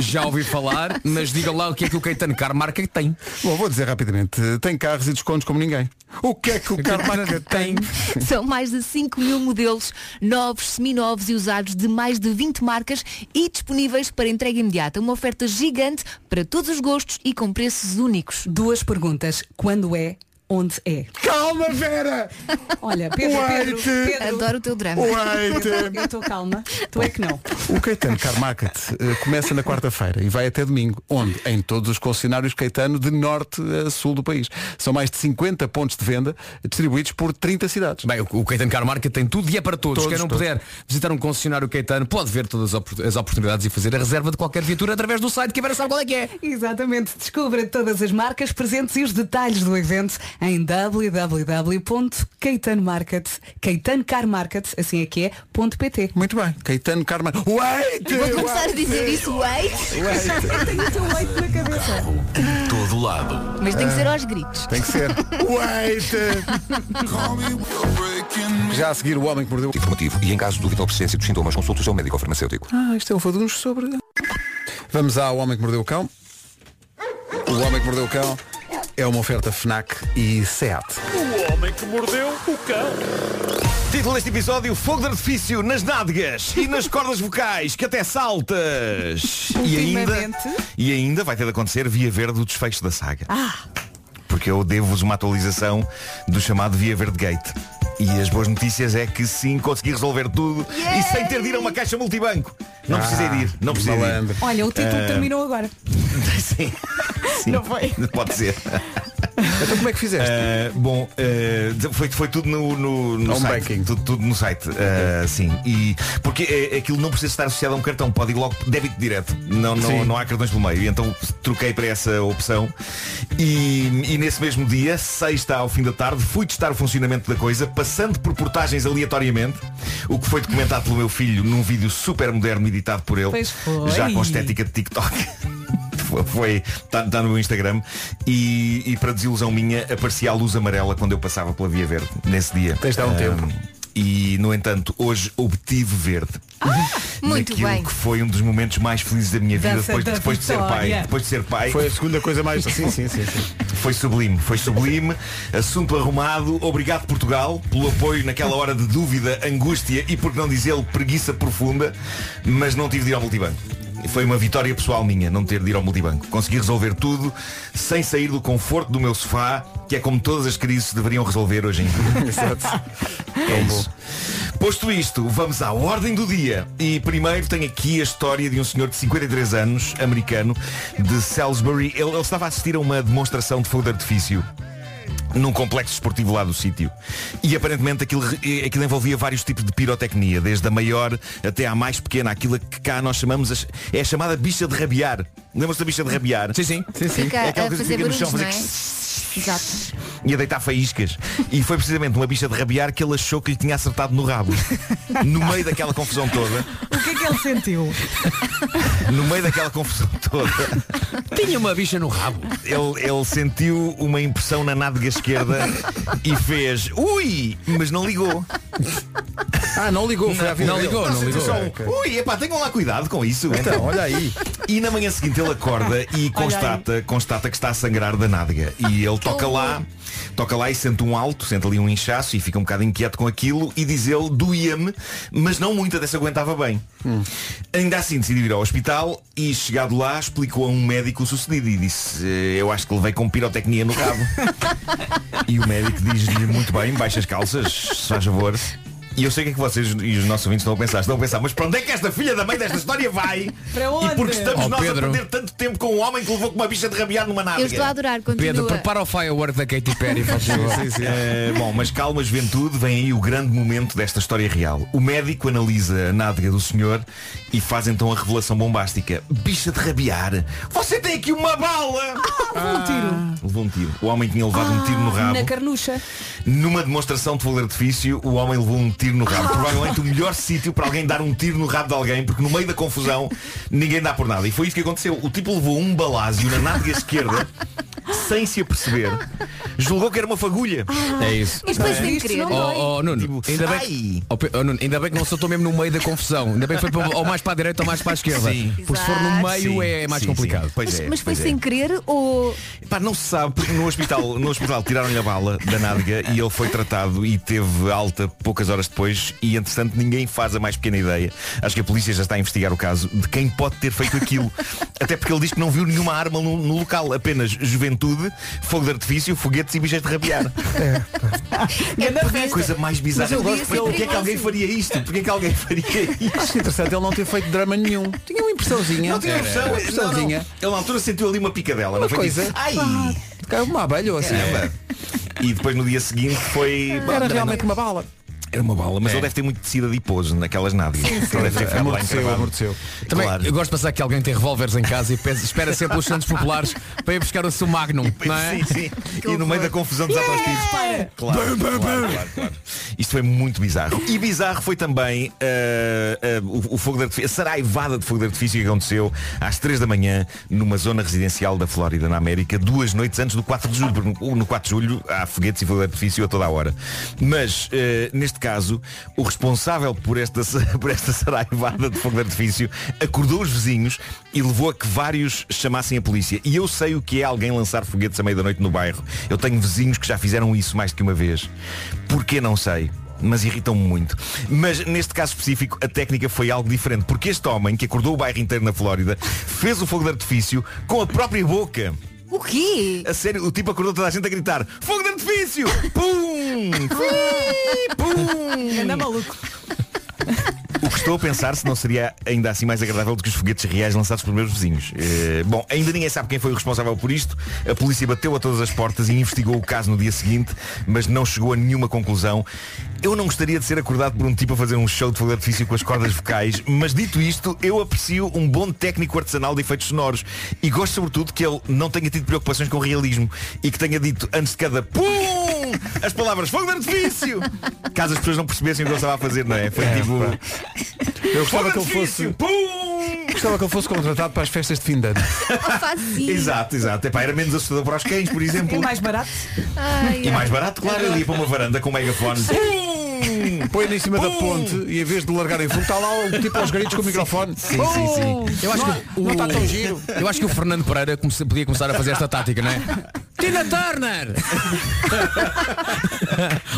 Já ouvi falar, mas diga lá o que é que o Caetano Car Market tem.
Bom, vou dizer rapidamente. Tem carros e descontos como ninguém. O que é que o Car Market tem?
São mais de 5 mil modelos novos, seminovos e usados de mais de 20 marcas e disponíveis para entrega imediata. Uma oferta gigante para todos os gostos e com preços únicos.
Duas perguntas. Quando é? Onde é?
Calma, Vera!
Olha, Pedro, Pedro,
Wait.
Pedro.
Adoro o teu drama.
Wait.
Eu estou calma. Tu é que não.
O Caetano Car Market eh, começa na quarta-feira e vai até domingo, onde? Em todos os concessionários Caetano de norte a sul do país. São mais de 50 pontos de venda distribuídos por 30 cidades.
Bem, o, o Caetano Car Market tem tudo e é para todos.
Todos,
Quem não
todos.
puder visitar um concessionário Caetano pode ver todas as opor- as oportunidades e fazer a reserva de qualquer viatura através do site que a Vera sabe qual é que é.
Exatamente. Descubra todas as marcas presentes e os detalhes do evento em www.caetanomarket, caetanocarmarket, assim é que é, ponto .pt.
Muito bem. Caetano Car Market. Wait!
Vou começar a dizer isso, wait.
Eu tenho o teu
um
leite na cabeça.
Todo lado.
Mas tem que ser aos gritos.
Ah, Tem que ser. Wait! Já a seguir o homem que mordeu.
Informativo e em caso de dúvida ou persistência dos sintomas, consulte o seu médico ou farmacêutico.
Ah, isto é um fadunço sobre. Vamos ao Homem que Mordeu o Cão. O Homem que Mordeu o Cão é uma oferta FNAC e SEAT.
O homem que mordeu o cão. Título deste episódio, fogo de artifício nas nádegas e nas cordas vocais, que até saltas. E ainda,
Ultimamente.
e ainda vai ter de acontecer via verde o desfecho da saga.
Ah,
Porque eu devo-vos uma atualização do chamado Via Verde Gate. E as boas notícias é que sim, consegui resolver tudo e sem ter de ir a uma caixa multibanco. Não
Ah,
precisei de ir, não precisei de ir.
olha, o título
Ah,
terminou agora.
Sim. Sim.
Não foi?
Pode ser. Eh,
Então como é que fizeste?
bom, ah, foi, foi tudo no, no, no
Home
site. Tudo, tudo no site. Ah, sim. E porque é- aquilo não precisa estar associado a um cartão, pode ir logo débito direto. Não,
Sim.
não, não há cartões pelo meio. E Então troquei para essa opção. E, e nesse mesmo dia, sexta ao fim da tarde, fui testar o funcionamento da coisa, passando por portagens aleatoriamente, o que foi documentado pelo meu filho num vídeo super moderno editado por ele.
Pois foi.
Já com estética de TikTok. Foi, está no meu Instagram e, e para desilusão minha aparecia a luz amarela quando eu passava pela Via Verde nesse dia.
Tens de dar um tempo.
E no entanto, hoje obtive verde.
Ah, Muito
Naquilo
bem.
que foi um dos momentos mais felizes da minha vida
Dança
depois,
da
depois de ser pai.
vitória.
Depois de ser pai.
Foi a segunda coisa mais. Sim, sim, sim.
Foi sublime, foi sublime. Assunto arrumado. Obrigado Portugal pelo apoio naquela hora de dúvida, angústia e por que não dizê-lo preguiça profunda, mas não tive de ir ao multibanco. Foi uma vitória pessoal minha não ter de ir ao multibanco. Consegui resolver tudo sem sair do conforto do meu sofá, que é como todas as crises se deveriam resolver hoje em dia. É
um
isso. Posto isto, vamos à ordem do dia. E primeiro tenho aqui a história de um senhor de 53 anos, americano, de Salisbury. Ele, ele estava a assistir a uma demonstração de fogo de artifício num complexo esportivo lá do sítio. E aparentemente aquilo, re- eh, aquilo envolvia vários tipos de pirotecnia, desde a maior até à mais pequena, aquilo que cá nós chamamos, as- é a chamada bicha de rabiar. Lembram-se da bicha de rabiar? Sim,
sim.
Fica
É
a
aquela coisa que
fazer
fica no
barulhos,
chão,
não
fazer
é? Exato.
e a deitar faíscas. E foi precisamente uma bicha de rabiar que ele achou que lhe tinha acertado no rabo. No meio daquela confusão toda,
O que é que ele sentiu?
no meio daquela confusão toda.
Tinha uma bicha no rabo.
Ele, ele sentiu uma impressão na nádega esquerda e fez ui, mas não ligou.
Ah, não ligou, foi à vida
não
dele.
ligou, não
Sentiu
ligou.
só um, Ok.
Ui, epá, tenham lá cuidado com isso.
Então, olha aí.
E na manhã seguinte ele acorda e constata, constata que está a sangrar da nádega. E ele toca lá, toca lá e sente um alto, sente ali um inchaço e fica um bocado inquieto com aquilo e diz ele, doía-me, mas não muito, até se aguentava bem. Ainda assim decidiu ir ao hospital e chegado lá explicou a um médico o sucedido e disse, "Eh, eu acho que levei com pirotecnia no rabo. E o médico diz-lhe muito bem, baixa as calças, se faz favor. E eu sei o que é que vocês e os nossos ouvintes estão a pensar. Estão a pensar, mas para onde é que esta filha da mãe desta história vai?
Para onde?
E porque estamos
Oh,
nós
Pedro.
a perder tanto tempo com um homem que levou com uma bicha de rabiar numa nave.
Eu estou a adorar, continua.
Pedro, prepara o firework da Katy Perry. faz favor.
Eh, bom, mas calma, juventude, vem aí o grande momento desta história real. O médico analisa a nádega do senhor e faz então a revelação bombástica. Bicha de rabiar, você tem aqui uma bala!
Ah,
Um tiro. Ah,
Levou um tiro. O homem tinha levado um tiro no rabo.
Na carnucha.
Numa demonstração de fogo de artifício, o homem levou um tiro no rabo. Provavelmente o melhor sítio para alguém dar um tiro no rabo de alguém, porque no meio da confusão ninguém dá por nada. E foi isso que aconteceu. O tipo levou um balásio na nádega esquerda, sem se aperceber. Julgou que era uma fagulha.
É isso.
Mas depois
Não é?
vem querer. Tipo,
Oh, oh, Nuno, ainda bem, oh, Pe- oh, Nuno, ainda bem que não sou estou mesmo no meio da confusão. Ainda bem que foi para- ou mais para a direita ou mais para a esquerda.
Sim.
Porque se for no
Exato.
meio é
Ah, Sim,
mais
sim,
complicado.
sim. Pois é,
Mas foi
pois é.
sem querer ou.
Pá, não se sabe, porque no hospital, no hospital tiraram-lhe a bala da nádega e ele foi tratado e teve alta poucas horas depois e, entretanto, ninguém faz a mais pequena ideia. Acho que a polícia já está a investigar o caso de quem pode ter feito aquilo. Até porque ele diz que não viu nenhuma arma no, no local, apenas juventude, fogo de artifício, foguetes e bichas de rabiar.
É
a coisa mais bizarra.
Mas eu assim gosto,
Foi,
eu-
Porquê é que alguém faria isto? Porquê é que alguém faria isto?
Acho interessante ele não ter feito drama nenhum. Tinha uma impressãozinha.
Não tinha
Era-
impressão.
Uma
Não, não. Ele
impressãozinha.
na altura sentiu ali uma picadela.
É, Uma
não foi
coisa.
tipo, Ai!
Ah, Caiu uma abelha ou assim.
Caramba. E depois no dia seguinte foi. Bom,
Era
também
realmente
não-
uma bala.
Era uma bala, mas ele deve ter muito tecido adiposo naquelas nádegas.
Sim, sim.
Ele deve ter ficado lá
Amorteceu,
encravado.
amorteceu. Também,
Claro.
eu gosto de pensar que alguém tem revólveres em casa e pensa- espera sempre os Santos Populares para ir buscar o seu Magnum, não é?
Sim, sim. E no meio da confusão dos yeah! é." Claro, claro, claro, claro. Isto foi muito bizarro. E bizarro foi também eh, eh, o, o fogo de artifício, a saraivada de fogo de artifício que aconteceu às 3 da manhã numa zona residencial da Flórida, na América, duas noites antes do 4 de julho. porque No no 4 de julho há foguetes e fogo de artifício a toda a hora. Mas, eh, neste caso, o responsável por esta, sa- por esta saraivada de fogo de artifício acordou os vizinhos e levou a que vários chamassem a polícia. E eu sei o que é alguém lançar foguetes à meia-noite no bairro. Eu tenho vizinhos que já fizeram isso mais do que uma vez. Porquê não sei? Mas irritam-me muito. Mas neste caso específico, a técnica foi algo diferente. Porque este homem, que acordou o bairro inteiro na Flórida, fez o fogo de artifício com a própria boca.
O quê?
A sério, o tipo acordou toda a gente a gritar Fogo de artifício! Pum! Fui! Pum!
Anda maluco.
O que estou a pensar se não seria ainda assim mais agradável do que os foguetes reais lançados pelos meus vizinhos. Eh, bom, ainda ninguém sabe quem foi o responsável por isto. A polícia bateu a todas as portas e investigou o caso no dia seguinte, mas não chegou a nenhuma conclusão. Eu não gostaria de ser acordado por um tipo a fazer um show de fogo de artifício com as cordas vocais, mas dito isto, eu aprecio um bom técnico artesanal de efeitos sonoros e gosto sobretudo que ele não tenha tido preocupações com realismo e que tenha dito antes de cada pum as palavras fogo de artifício caso as pessoas não percebessem o que eu estava a fazer, não é? Foi tipo.
Eu gostava que ele fosse. Gostava que ele fosse contratado para as festas de fim de ano.
Oh, assim.
Facinho.
Exato, exato. Epá, era menos assustador para os cães, por exemplo.
É mais barato.
E mais barato, claro, ele ia para uma varanda com um megafone.
Põe-lhe em cima da ponte e em vez de largar em fundo, está lá o tipo aos gritos com o microfone.
Sim, sim, sim.
Eu acho que o-
Oh! não está tão giro.
Eu acho que o Fernando Pereira comece- podia começar a fazer esta tática, não é? Tina Turner!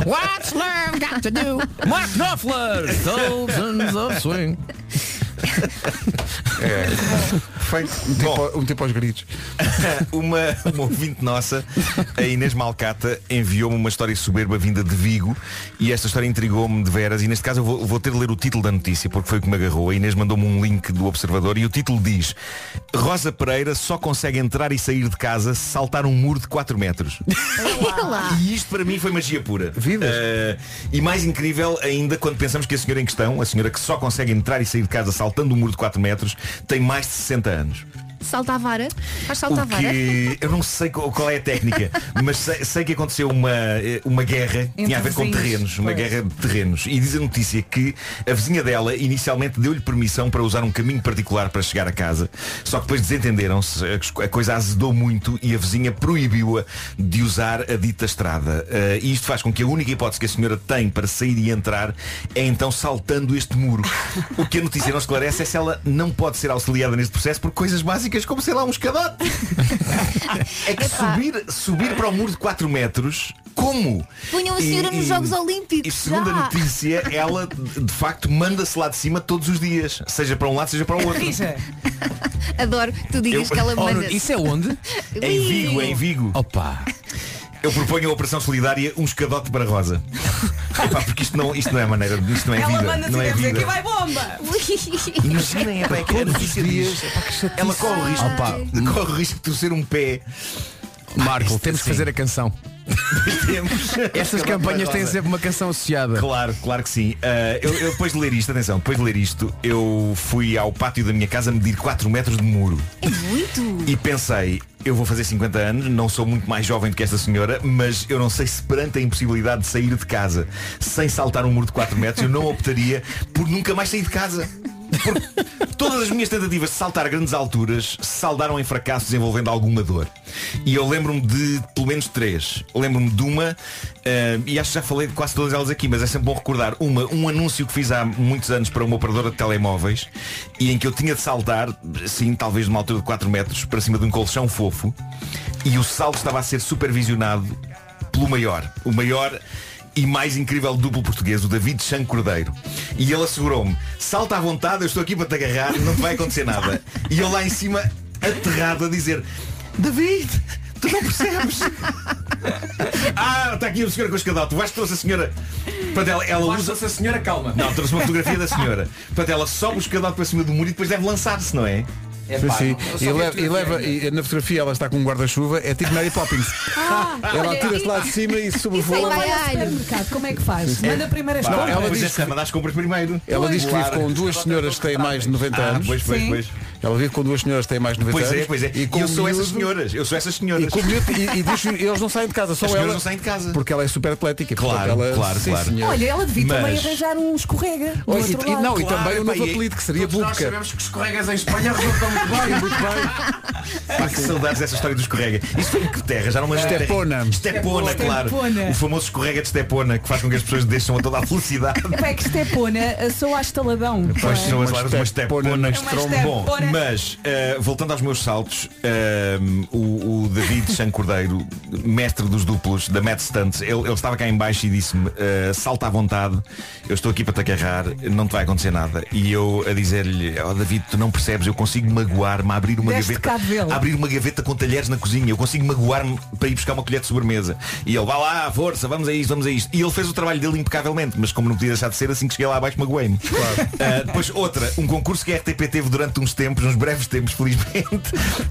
What's love got to do? Mark Knopfler! Thousands of swing.
É. Feito.
Um tipo aos gritos.
uma, uma ouvinte nossa, a Inês Malcata, enviou-me uma história soberba vinda de Vigo e esta história intrigou-me de veras e neste caso eu vou, vou ter de ler o título da notícia porque foi o que me agarrou. A Inês mandou-me um link do Observador e o título diz Rosa Pereira só consegue entrar e sair de casa se saltar um muro de 4 metros. E isto para mim foi magia pura. Vidas. e mais incrível ainda quando pensamos que a senhora em questão, a senhora que só consegue entrar e sair de casa saltando um muro de 4 metros, tem mais de 60 anos.
Salta a vara? Faz salta a
O
vara?
que eu não sei qual, qual é a técnica, mas sei, sei que aconteceu uma, eh, uma guerra, tinha a ver com
vizinhos,
terrenos, uma
pois.
guerra de terrenos. E diz a notícia que a vizinha dela inicialmente deu-lhe permissão para usar um caminho particular para chegar a casa. Só que depois desentenderam-se, a- a coisa azedou muito e a vizinha proibiu-a de usar a dita estrada. Eh, e isto faz com que a única hipótese que a senhora tem para sair e entrar é então saltando este muro. O que a notícia não esclarece é se ela não pode ser auxiliada neste processo por coisas básicas como, sei lá, um escadote. É que subir, subir para o muro de 4 metros, como?
Punham a senhora
E-
nos
e-
Jogos Olímpicos.
E segundo a
Ah.
já.
notícia, ela de de facto manda-se lá de cima todos os dias, seja para um lado, seja para o outro.
é.
Adoro que tu digas
Eu-
que ela
Oh,
manda.
Nuno, isso é onde? É em Vigo, é em Vigo.
Opa!
Eu proponho a Operação Solidária um escadote para a Rosa. Epá, porque isto não, isto não é maneira, isto não é
Ela
vida.
manda-se
Não é
dizer
vida.
que vai bomba.
Imaginem, é bem que a notícia diz. Ela corre o risco, corre o risco de torcer um pé.
Marco, temos que fazer a canção. Estas campanhas têm sempre uma canção associada.
Claro, claro que sim. Ah, eu, eu depois de ler isto, atenção, depois de ler isto, eu fui ao pátio da minha casa medir 4 metros de muro.
É muito.
E pensei, eu vou fazer 50 anos, não sou muito mais jovem do que esta senhora, mas eu não sei se perante a impossibilidade de sair de casa sem saltar um muro de 4 metros, eu não optaria por nunca mais sair de casa. Porque todas as minhas tentativas de saltar a grandes alturas se saldaram em fracassos envolvendo alguma dor. E eu lembro-me de pelo menos três. Lembro-me de uma, eh, e acho que já falei de quase todas elas aqui, mas é sempre bom recordar. Uma, um anúncio que fiz há muitos anos para uma operadora de telemóveis e em que eu tinha de saltar, sim, talvez numa altura de 4 metros, para cima de um colchão fofo. E o salto estava a ser supervisionado pelo maior. O maior e mais incrível duplo português, o David Chan Cordeiro. E ele assegurou-me, salta à vontade, eu estou aqui para te agarrar, não te vai acontecer nada. E eu lá em cima, aterrado, a dizer, David, tu não percebes. ah, está aqui a senhora com o escadote. Tu vais trouxe a senhora. Portanto, ela, ela usa. a senhora, calma. Não, trouxe uma fotografia da senhora. Portanto, ela sobe o escadote para cima do muro e depois deve lançar-se, não é?
Sim, sim. E, leva, e leva- e na fotografia ela está com um guarda-chuva, é tipo Mary Poppins. ela
Ah, olha,
atira-se lá de cima e sobrevoa.
vai ao supermercado, como é que faz?
É.
Manda primeiro as
Pá,
compras.
ela
Pois é,
diz que-
Sam, manda as compras primeiro.
Ela diz que vive
Claro.
com duas senhoras que têm mais de 90
Ah,
anos.
pois, pois, Sim. pois.
Ela vive com duas senhoras que têm mais de 90
Pois
anos.
é, pois é.
E,
E
com
eu sou
miúdo-
essas senhoras. Eu sou essas
E,
senhoras.
com miúdo- e, e diz- eles não saem de casa, só
As senhoras
ela.
não saem de casa.
Porque ela é super atlética.
Claro,
portanto, ela,
claro,
sim,
claro.
senhora.
Olha, ela devia também
Mas-
arranjar um escorrega. do
Olha,
outro
e- e
lado.
não, e também o novo apelido que seria
todos nós
Bubka.
sabemos que escorregas em Espanha resultam muito bem, muito bem.
Pá, que saudades dessa história do escorrega. Isso foi em que terra? Já não me lembro.
Estepona.
Estepona, claro.
Estepona.
O famoso escorrega de Estepona que faz com que as pessoas deixam a toda a velocidade.
Epá, É que Estepona sou à estaladão.
Pois Então, são as
Uma
laras de uma estepona
estepona no
estrondo.
Bom,
Estepona.
mas eh, voltando aos meus saltos eh, o, o David Chan Cordeiro mestre dos duplos da Mad Stunts ele, ele estava cá em baixo e disse-me eh, salta à vontade eu estou aqui para te agarrar não te vai acontecer nada e eu a dizer-lhe oh, David tu não percebes eu consigo magoar-me a abrir uma
Deste
gaveta
cabo dele.
a abrir uma gaveta com talheres na cozinha eu consigo magoar-me para ir buscar uma colher de sobremesa e ele vá lá força vamos a isto vamos a isto e ele fez o trabalho dele impecavelmente mas como não podia deixar de ser assim que cheguei lá abaixo magoei-me Uh, depois outra, um concurso que a RTP teve durante uns tempos, uns breves tempos, felizmente,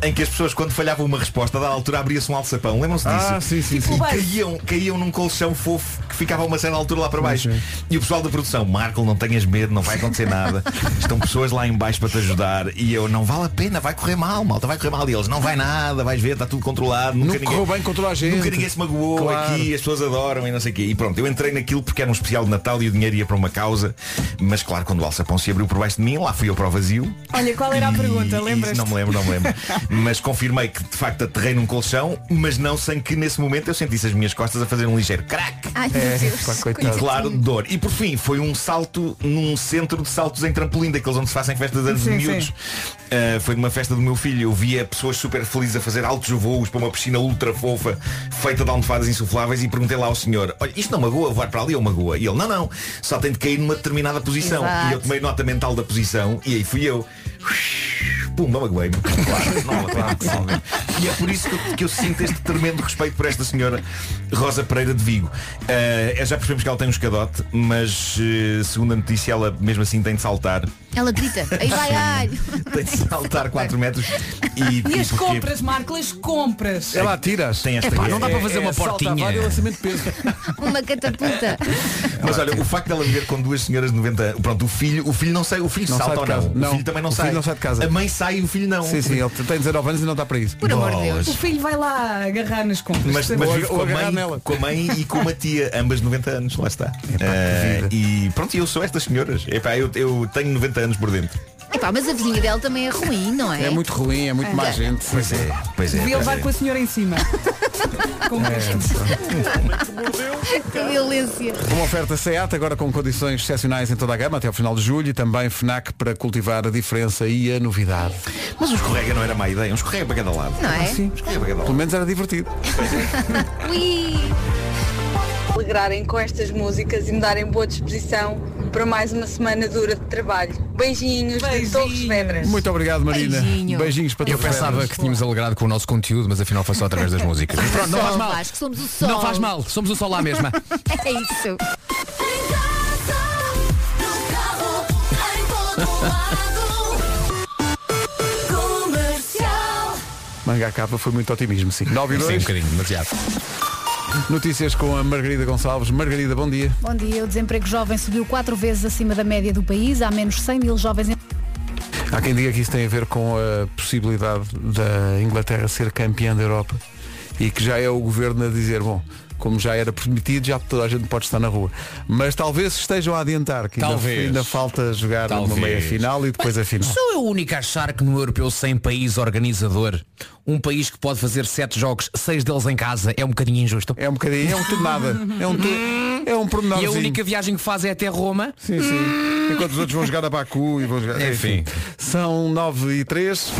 em que as pessoas quando falhavam uma resposta, a dada altura abria-se um alçapão. Lembram-se disso? Tipo um
Ah, sim, sim,
e
sim.
Caíam, caíam num colchão fofo que ficava a uma certa altura lá para baixo. E o pessoal da produção, Marco, não tenhas medo, não vai acontecer nada. Estão pessoas lá em baixo para te ajudar. E eu, não vale a pena, vai correr mal, malta, vai correr mal. E eles, não vai nada, vais ver,
tá
está tudo controlado. Nunca
Nunca correu bem, controla a gente.
Nunca ninguém se magoou
Claro.
aqui, as pessoas adoram e não sei o quê. E pronto, eu entrei naquilo porque era um especial de Natal e o dinheiro ia para uma causa. Mas claro, quando o alçapão se abriu por baixo de mim, lá fui eu para o vazio.
Olha, qual era a
E-
pergunta?
e
Lembras?
Não me lembro, não me lembro. mas confirmei que de facto aterrei num colchão, mas não sem que nesse momento eu sentisse as minhas costas a fazer um ligeiro crack.
Ai, meu
É,
Deus,
claro,
coitadinho.
E claro, de dor. E por fim, foi um salto num centro de saltos em trampolim, daqueles onde se fazem festas de anos de
Sim,
miúdos.
sim.
Uh, foi numa festa do meu filho. Eu via pessoas super felizes a fazer altos voos para uma piscina ultra fofa, feita de almofadas insufláveis, e perguntei lá ao senhor, olha, isto não magoa, voar para ali ou magoa? E ele, não, não, só tem de cair numa determinada posição.
Exato.
E eu tomei nota mental da posição, e aí fui eu. Pumba, magoei-me. Claro, não, claro que não. E é por isso que eu, que eu sinto este tremendo respeito por esta senhora Rosa Pereira de Vigo. Uh, já percebemos que ela tem um escadote, mas eh, segundo a notícia, ela mesmo assim tem de saltar
Ela grita. Aí vai, ai.
tem de saltar 4 metros e,
E as
porque-
compras, Marco, as
É
compras.
Ela
atiras.
Tem esta é.
Epá, não dá para fazer uma portinha.
Uma catapulta.
Mas olha, o facto dela viver com duas senhoras de 90 anos, pronto, o filho, o filho não sai, o filho
Não sai
salta
de
ou
casa.
não? O filho também não
o
sai.
filho não sai de casa.
A mãe sai e o filho não.
Sim, sim, ele tem 19 anos e não está para isso.
Por amor de
Bolas.
Deus. O filho vai lá agarrar nas compras.
Mas, mas vive com, a mãe, com a mãe e com uma tia, ambas de 90 anos, lá está. Ah, e pronto, eu sou estas senhoras. Epá, eu, eu tenho 90 anos por dentro.
Epá, mas a vizinha dela também é ruim, não é?
É muito ruim, é muito
É.
má gente.
Pois é, pois é.
Devia
pois
levar
é.
com a senhora em cima. Com
É.
Que violência.
Uma oferta SEAT, agora com condições excepcionais em toda a gama até ao final de julho e também FNAC para cultivar a diferença e a novidade.
Mas um escorrega não era má ideia, um escorrega para cada lado. Um
Não é?
Sim.
Escorrega para cada
Pelo
lado.
menos era divertido.
alegrarem com estas músicas e me darem boa disposição para mais uma semana dura de trabalho. Beijinhos, de Torres Vedras.
Muito obrigado, Marina. Beijinhos para
Eu
todos.
pensava que tínhamos alegrado com o nosso conteúdo, mas afinal foi só através das músicas. Pronto, não
Sol,
faz mal.
Vasco, somos o sol.
Não faz mal, somos o sol lá mesma.
É isso.
Manga capa foi muito otimismo, sim. 9 e
Sim, um
2.
bocadinho, demasiado.
Notícias com a Margarida Gonçalves. Margarida, bom dia.
Bom dia. O desemprego jovem subiu quatro vezes acima da média do país. Há menos 100 mil jovens... em-
Há quem diga que isso tem a ver com a possibilidade da Inglaterra ser campeã da Europa e que já é o governo a dizer, bom, como já era permitido, já toda a gente pode estar na rua. Mas talvez estejam a adiantar que ainda-
Talvez.
Ainda, falta jogar
Talvez.
uma meia final e depois a final.
Sou eu o único a achar que no europeu sem país organizador, um país que pode fazer sete jogos, seis deles em casa, é um bocadinho injusto. Hum.
É um bocadinho, é um tudo nada. É um, tu, é um
E a
pormenorzinho.
única viagem que faz é até Roma. Hum.
Sim, sim. Enquanto os outros vão jogar a Baku e vão jogar.
Enfim.
São 9 e 3.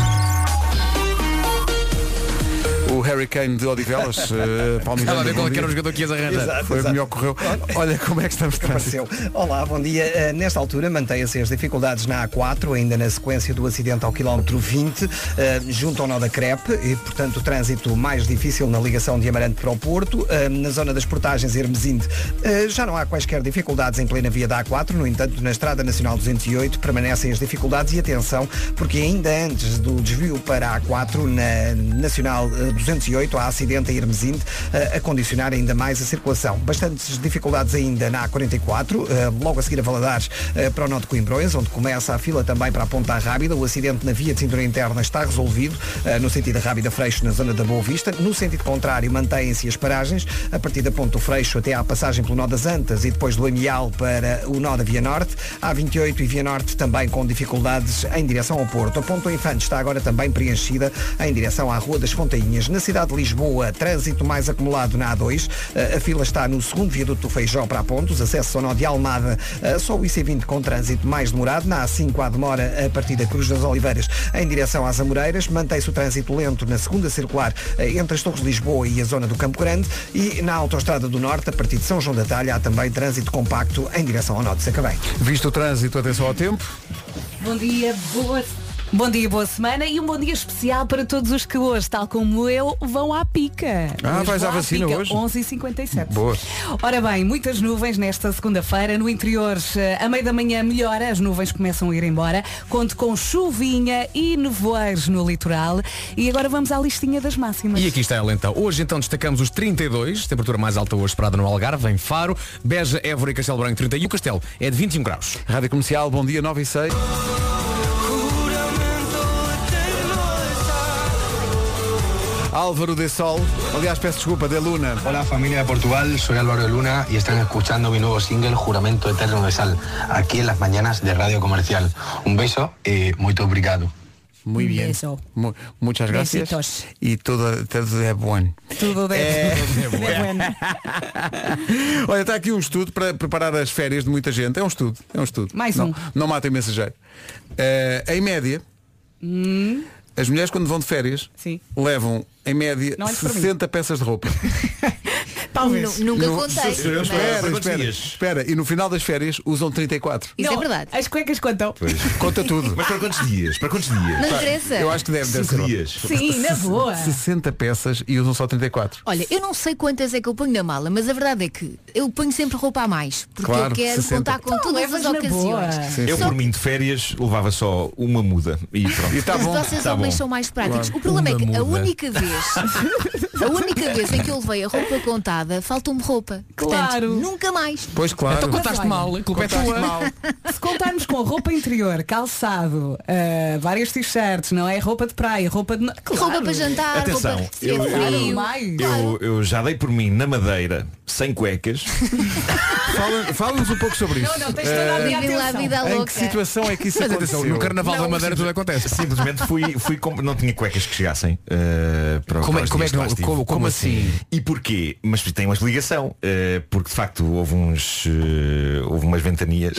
O Hurricane de Odivelas, eh, Palmeiras.
Estava a ver
bom
qual é que
dia.
era o jogador que ias arranjar.
Exato,
Foi o
exato.
que me ocorreu. Olha como é que estamos de trânsito.
Apareceu. Olá, bom dia. Eh, nesta altura mantêm-se as dificuldades na A4, ainda na sequência do acidente ao quilómetro 20, eh, junto ao nó da Crepe, e portanto o trânsito mais difícil na ligação de Amarante para o Porto. Eh, na zona das portagens Hermesinde eh, já não há quaisquer dificuldades em plena via da A4, no entanto na Estrada Nacional 208 permanecem as dificuldades e atenção, porque ainda antes do desvio para a A4 na Nacional eh, 208 há acidente em Hermesinde, eh, a condicionar ainda mais a circulação. Bastantes dificuldades ainda na A44, eh, logo a seguir a Valadares eh, para o Norte de Coimbrões, onde começa a fila também para a Ponta Rábida. O acidente na via de cintura interna está resolvido, eh, no sentido da Rábida Freixo, na zona da Boa Vista. No sentido contrário, mantêm-se as paragens, a partir da Ponta do Freixo até à passagem pelo Nó das Antas e depois do Amial para o Nó da Via Norte. A 28 e Via Norte também com dificuldades em direção ao Porto. A Ponta Infante está agora também preenchida em direção à Rua das Fontainhas. Na cidade de Lisboa, trânsito mais acumulado na A2. Eh, A fila está no segundo viaduto do Feijó para a Pontos, acesso ao nó de Almada, eh, só o IC20 com trânsito mais demorado. Na A5 há demora a partir da Cruz das Oliveiras em direção às Amoreiras. Mantém-se o trânsito lento na segunda circular eh, entre as Torres de Lisboa e a zona do Campo Grande. E na Autostrada do Norte, a partir de São João da Talha, há também trânsito compacto em direção ao nó de Sacabém.
Visto o trânsito, atenção ao tempo.
Bom dia, boa. Bom dia, boa semana e um bom dia especial para todos os que hoje, tal como eu, vão à pica.
Ah,
Hoje
vais
vou
à vacina
pica,
hoje?
11h57.
Boa.
Ora bem, muitas nuvens nesta segunda-feira. No interior, eh, a meio da manhã melhora, as nuvens começam a ir embora. Conto com chuvinha e nevoeiros no litoral. E agora vamos à listinha das máximas.
E aqui está ela então. Hoje então destacamos os 32, temperatura mais alta hoje esperada no Algarve, em Faro, Beja, Évora e Castelo Branco 31, Castelo é de 21 graus.
Rádio Comercial, bom dia 9 e 6. Álvaro de Sol, aliás peço desculpa, de Luna.
Hola familia de Portugal, soy Álvaro de Luna y están escuchando mi nuevo single Juramento Eterno de Sal, aquí en las mañanas de Radio Comercial. Un beso y muy obrigado.
Muy bien. Mu- muchas gracias.
Besitos.
Y todo, todo é es bueno.
Tudo bem.
Eh, Tudo Olha, está aqui um estudo para preparar as férias de muita gente. É um estudo, é um estudo.
Mais
não,
um.
Não matem mensageiro. Eh, em média,
Hum,
as mulheres quando vão de férias
Sim.
levam, em média,
Não olhes para mim.
60 peças de roupa.
talvez.
No- Espera, espera, espera, espera. E no final das férias usam 34.
Isso é verdade. As cuecas contam.
Conta tudo. Mas para quantos dias? Para quantos dias?
Não interessa.
Eu acho que deve, deve
Cinco
ser.
dias. Sim, na boa.
60 peças e usam só 34.
Olha, eu não sei quantas é que eu ponho na mala, mas a verdade é que eu ponho sempre roupa a mais, porque
Claro,
eu quero
60.
contar com
Então,
todas as
levas na boa.
ocasiões.
Eu
Só
por mim de férias levava só uma muda e pronto.
E tá
Os vocês homens são mais práticos. O problema é que a única vez, a única vez em que eu levei a roupa contada, faltou-me roupa. Portanto,
Claro.
nunca mais.
Pois claro.
Então contaste
Mas olha,
mal, a culpa é
contaste
tua.
mal. Se contarmos com roupa interior, calçado, ah, várias t-shirts, não é? Roupa de praia, roupa de. no- Claro.
Roupa para jantar,
Atenção,
roupa se
eu,
é frio.
eu, eu, eu já dei por mim na madeira, sem cuecas.
Fala- Fala-nos um pouco sobre isso.
Não, não, tens
toda a minha
Eh,
atenção. Lá, vida
Em
louca.
que situação é que isso
Mas
aconteceu?
atenção, no Carnaval da Madeira tudo
acontece.
Simplesmente fui, fui comp- não tinha cuecas que chegassem eh, para,
Como é-
para os
como é
dias
que não-
lá estive.
como- como assim?
E porquê? Mas tem uma explicação. eh, porque de facto houve uns. eh, houve umas ventanias.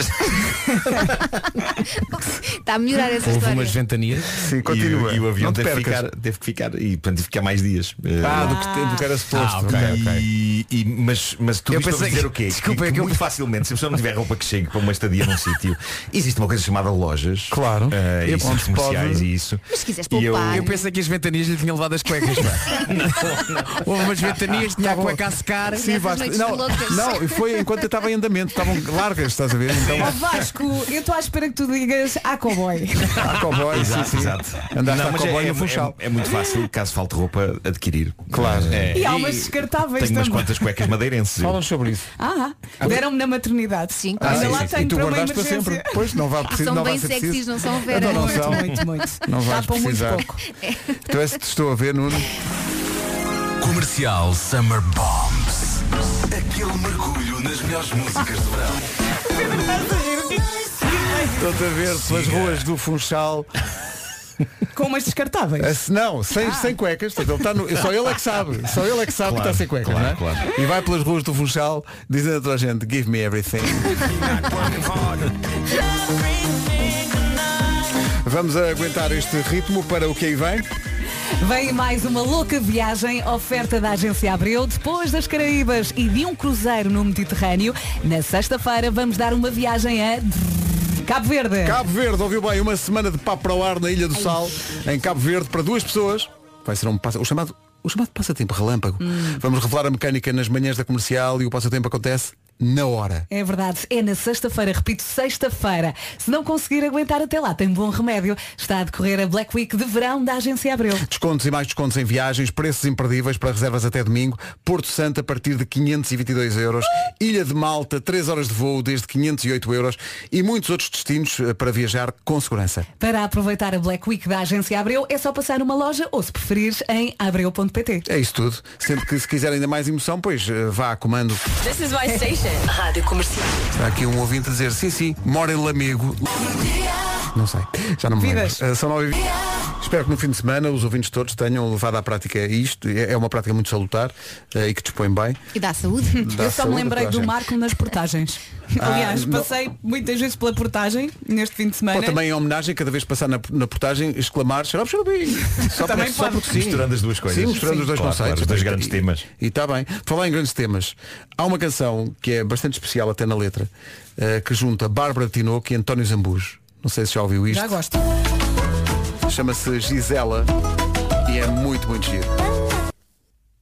Está Tá a melhorar essa
Houve
história.
umas
ventanias.
Sim, continua. E, o avião
Não te
teve que,
percas.
ficar, teve que ficar. E portanto tive que ficar mais dias.
Ah,
Eh,
do que te- do que era suposto.
Ah, ok,
Ok,
E, e- mas
Mas, mas tudo
Eu
isto para
pensei
dizer
que-
o quê?
desculpa,
que,
é que eu-
muito facilmente, se a pessoa não tiver roupa que chegue para uma estadia num sítio, existe uma coisa chamada lojas. Claro.
Eu-
e
onde
centros
se
comerciais
pode-
e isso.
Mas se quiseres
E eu-
poupar.
Eu pensei que as ventanias lhe tinham levado as cuecas. pá. Houve umas ventanias, tinha a cueca a secar.
Nessas noites
não,
loucas.
não, e foi enquanto eu estava em andamento, estavam largas, estás a ver? Então,
Ó Vasco, eu estou à espera que tu digas ah, cowboy.
há cowboy,
exato,
sim, sim.
exato.
Andaste
Não,
a
mas
cowboy
é,
no Funchal.
é, é muito fácil, caso falte roupa, adquirir. Claro.
E há umas descartáveis
É, Tenho umas
também.
quantas cuecas madeirenses. eu.
sobre isso.
Ah, deram-me na maternidade. Sim,
Ah,
ainda
sim,
lá
sim.
tenho
E tu
para uma
guardaste
emergência.
para sempre. Pois, não vai precisar-
Ah, São
não vai
bem
ser
sexys,
preciso.
não são, Vera?
Então não
muito,
são.
muito, muito.
Não vais
Tapam muito
precisar. Então,
pouco.
É.
Tu és estou a ver, Nuno.
Comercial Summer Bombs. Aquele mergulho nas melhores músicas do verão.
Estou-te a ver pelas ruas do Funchal.
Com umas descartáveis.
não, sem, sem cuecas. Portanto, Ele está no, só ele é que sabe. Só ele é que sabe que
Claro,
está sem cuecas.
claro,
não é?
claro.
E vai pelas ruas do Funchal dizendo a toda a gente, give me everything. Vamos aguentar este ritmo para o que aí vem.
Vem mais uma louca viagem, oferta da Agência Abreu, depois das Caraíbas e de um cruzeiro no Mediterrâneo. Na sexta-feira vamos dar uma viagem a Cabo Verde.
Cabo Verde, ouviu bem, uma semana de papo para o ar na Ilha do Sal, em Cabo Verde, para duas pessoas. Vai ser um passa, o chamado, o chamado passatempo relâmpago.
Hum.
Vamos revelar a mecânica nas manhãs da comercial e o passatempo acontece na hora.
É verdade, é na sexta-feira, repito, sexta-feira. Se não conseguir aguentar até lá, tem bom remédio. Está a decorrer a Black Week de verão da Agência Abreu.
Descontos e mais descontos em viagens, preços imperdíveis para reservas até domingo, Porto Santo a partir de 522 euros, Ilha de Malta, 3 horas de voo desde 508 euros e muitos outros destinos eh, para viajar com segurança.
Para aproveitar a Black Week da Agência Abreu, é só passar numa loja ou, se preferires, em abreu.pt.
É isso tudo. Sempre que se quiser ainda mais emoção, pois eh, vá a comando.
This is my station. Rádio Comercial.
Está aqui um ouvinte a dizer, sim, sim, mora em Lamego. Não sei, já não me lembro.
Vidas.
Eh, são nove e vinte. Espero que no fim de semana os ouvintes todos tenham levado à prática isto. É é uma prática muito salutar eh, e que dispõe bem.
E dá saúde.
Dá
Eu só
saúde
me
a
lembrei
toda a
do
gente.
Marco nas portagens.
Ah,
Aliás,
não.
passei muitas vezes pela portagem neste fim de semana.
Ou também em homenagem, cada vez que passar na, na portagem, exclamar xarope xarope. Só,
Também
porque- só
pode.
porque sim.
Misturando as duas coisas.
Sim, misturando
Sim.
os dois
Claro, claro,
conceitos.
os dois grandes
E-
temas.
E está bem. Falar em grandes temas. Há uma canção que é bastante especial até na letra, eh, que junta Bárbara Tinoco e António Zambujo. Não sei se já ouviu isto.
Já gosto.
Chama-se Gisela e é muito, muito giro.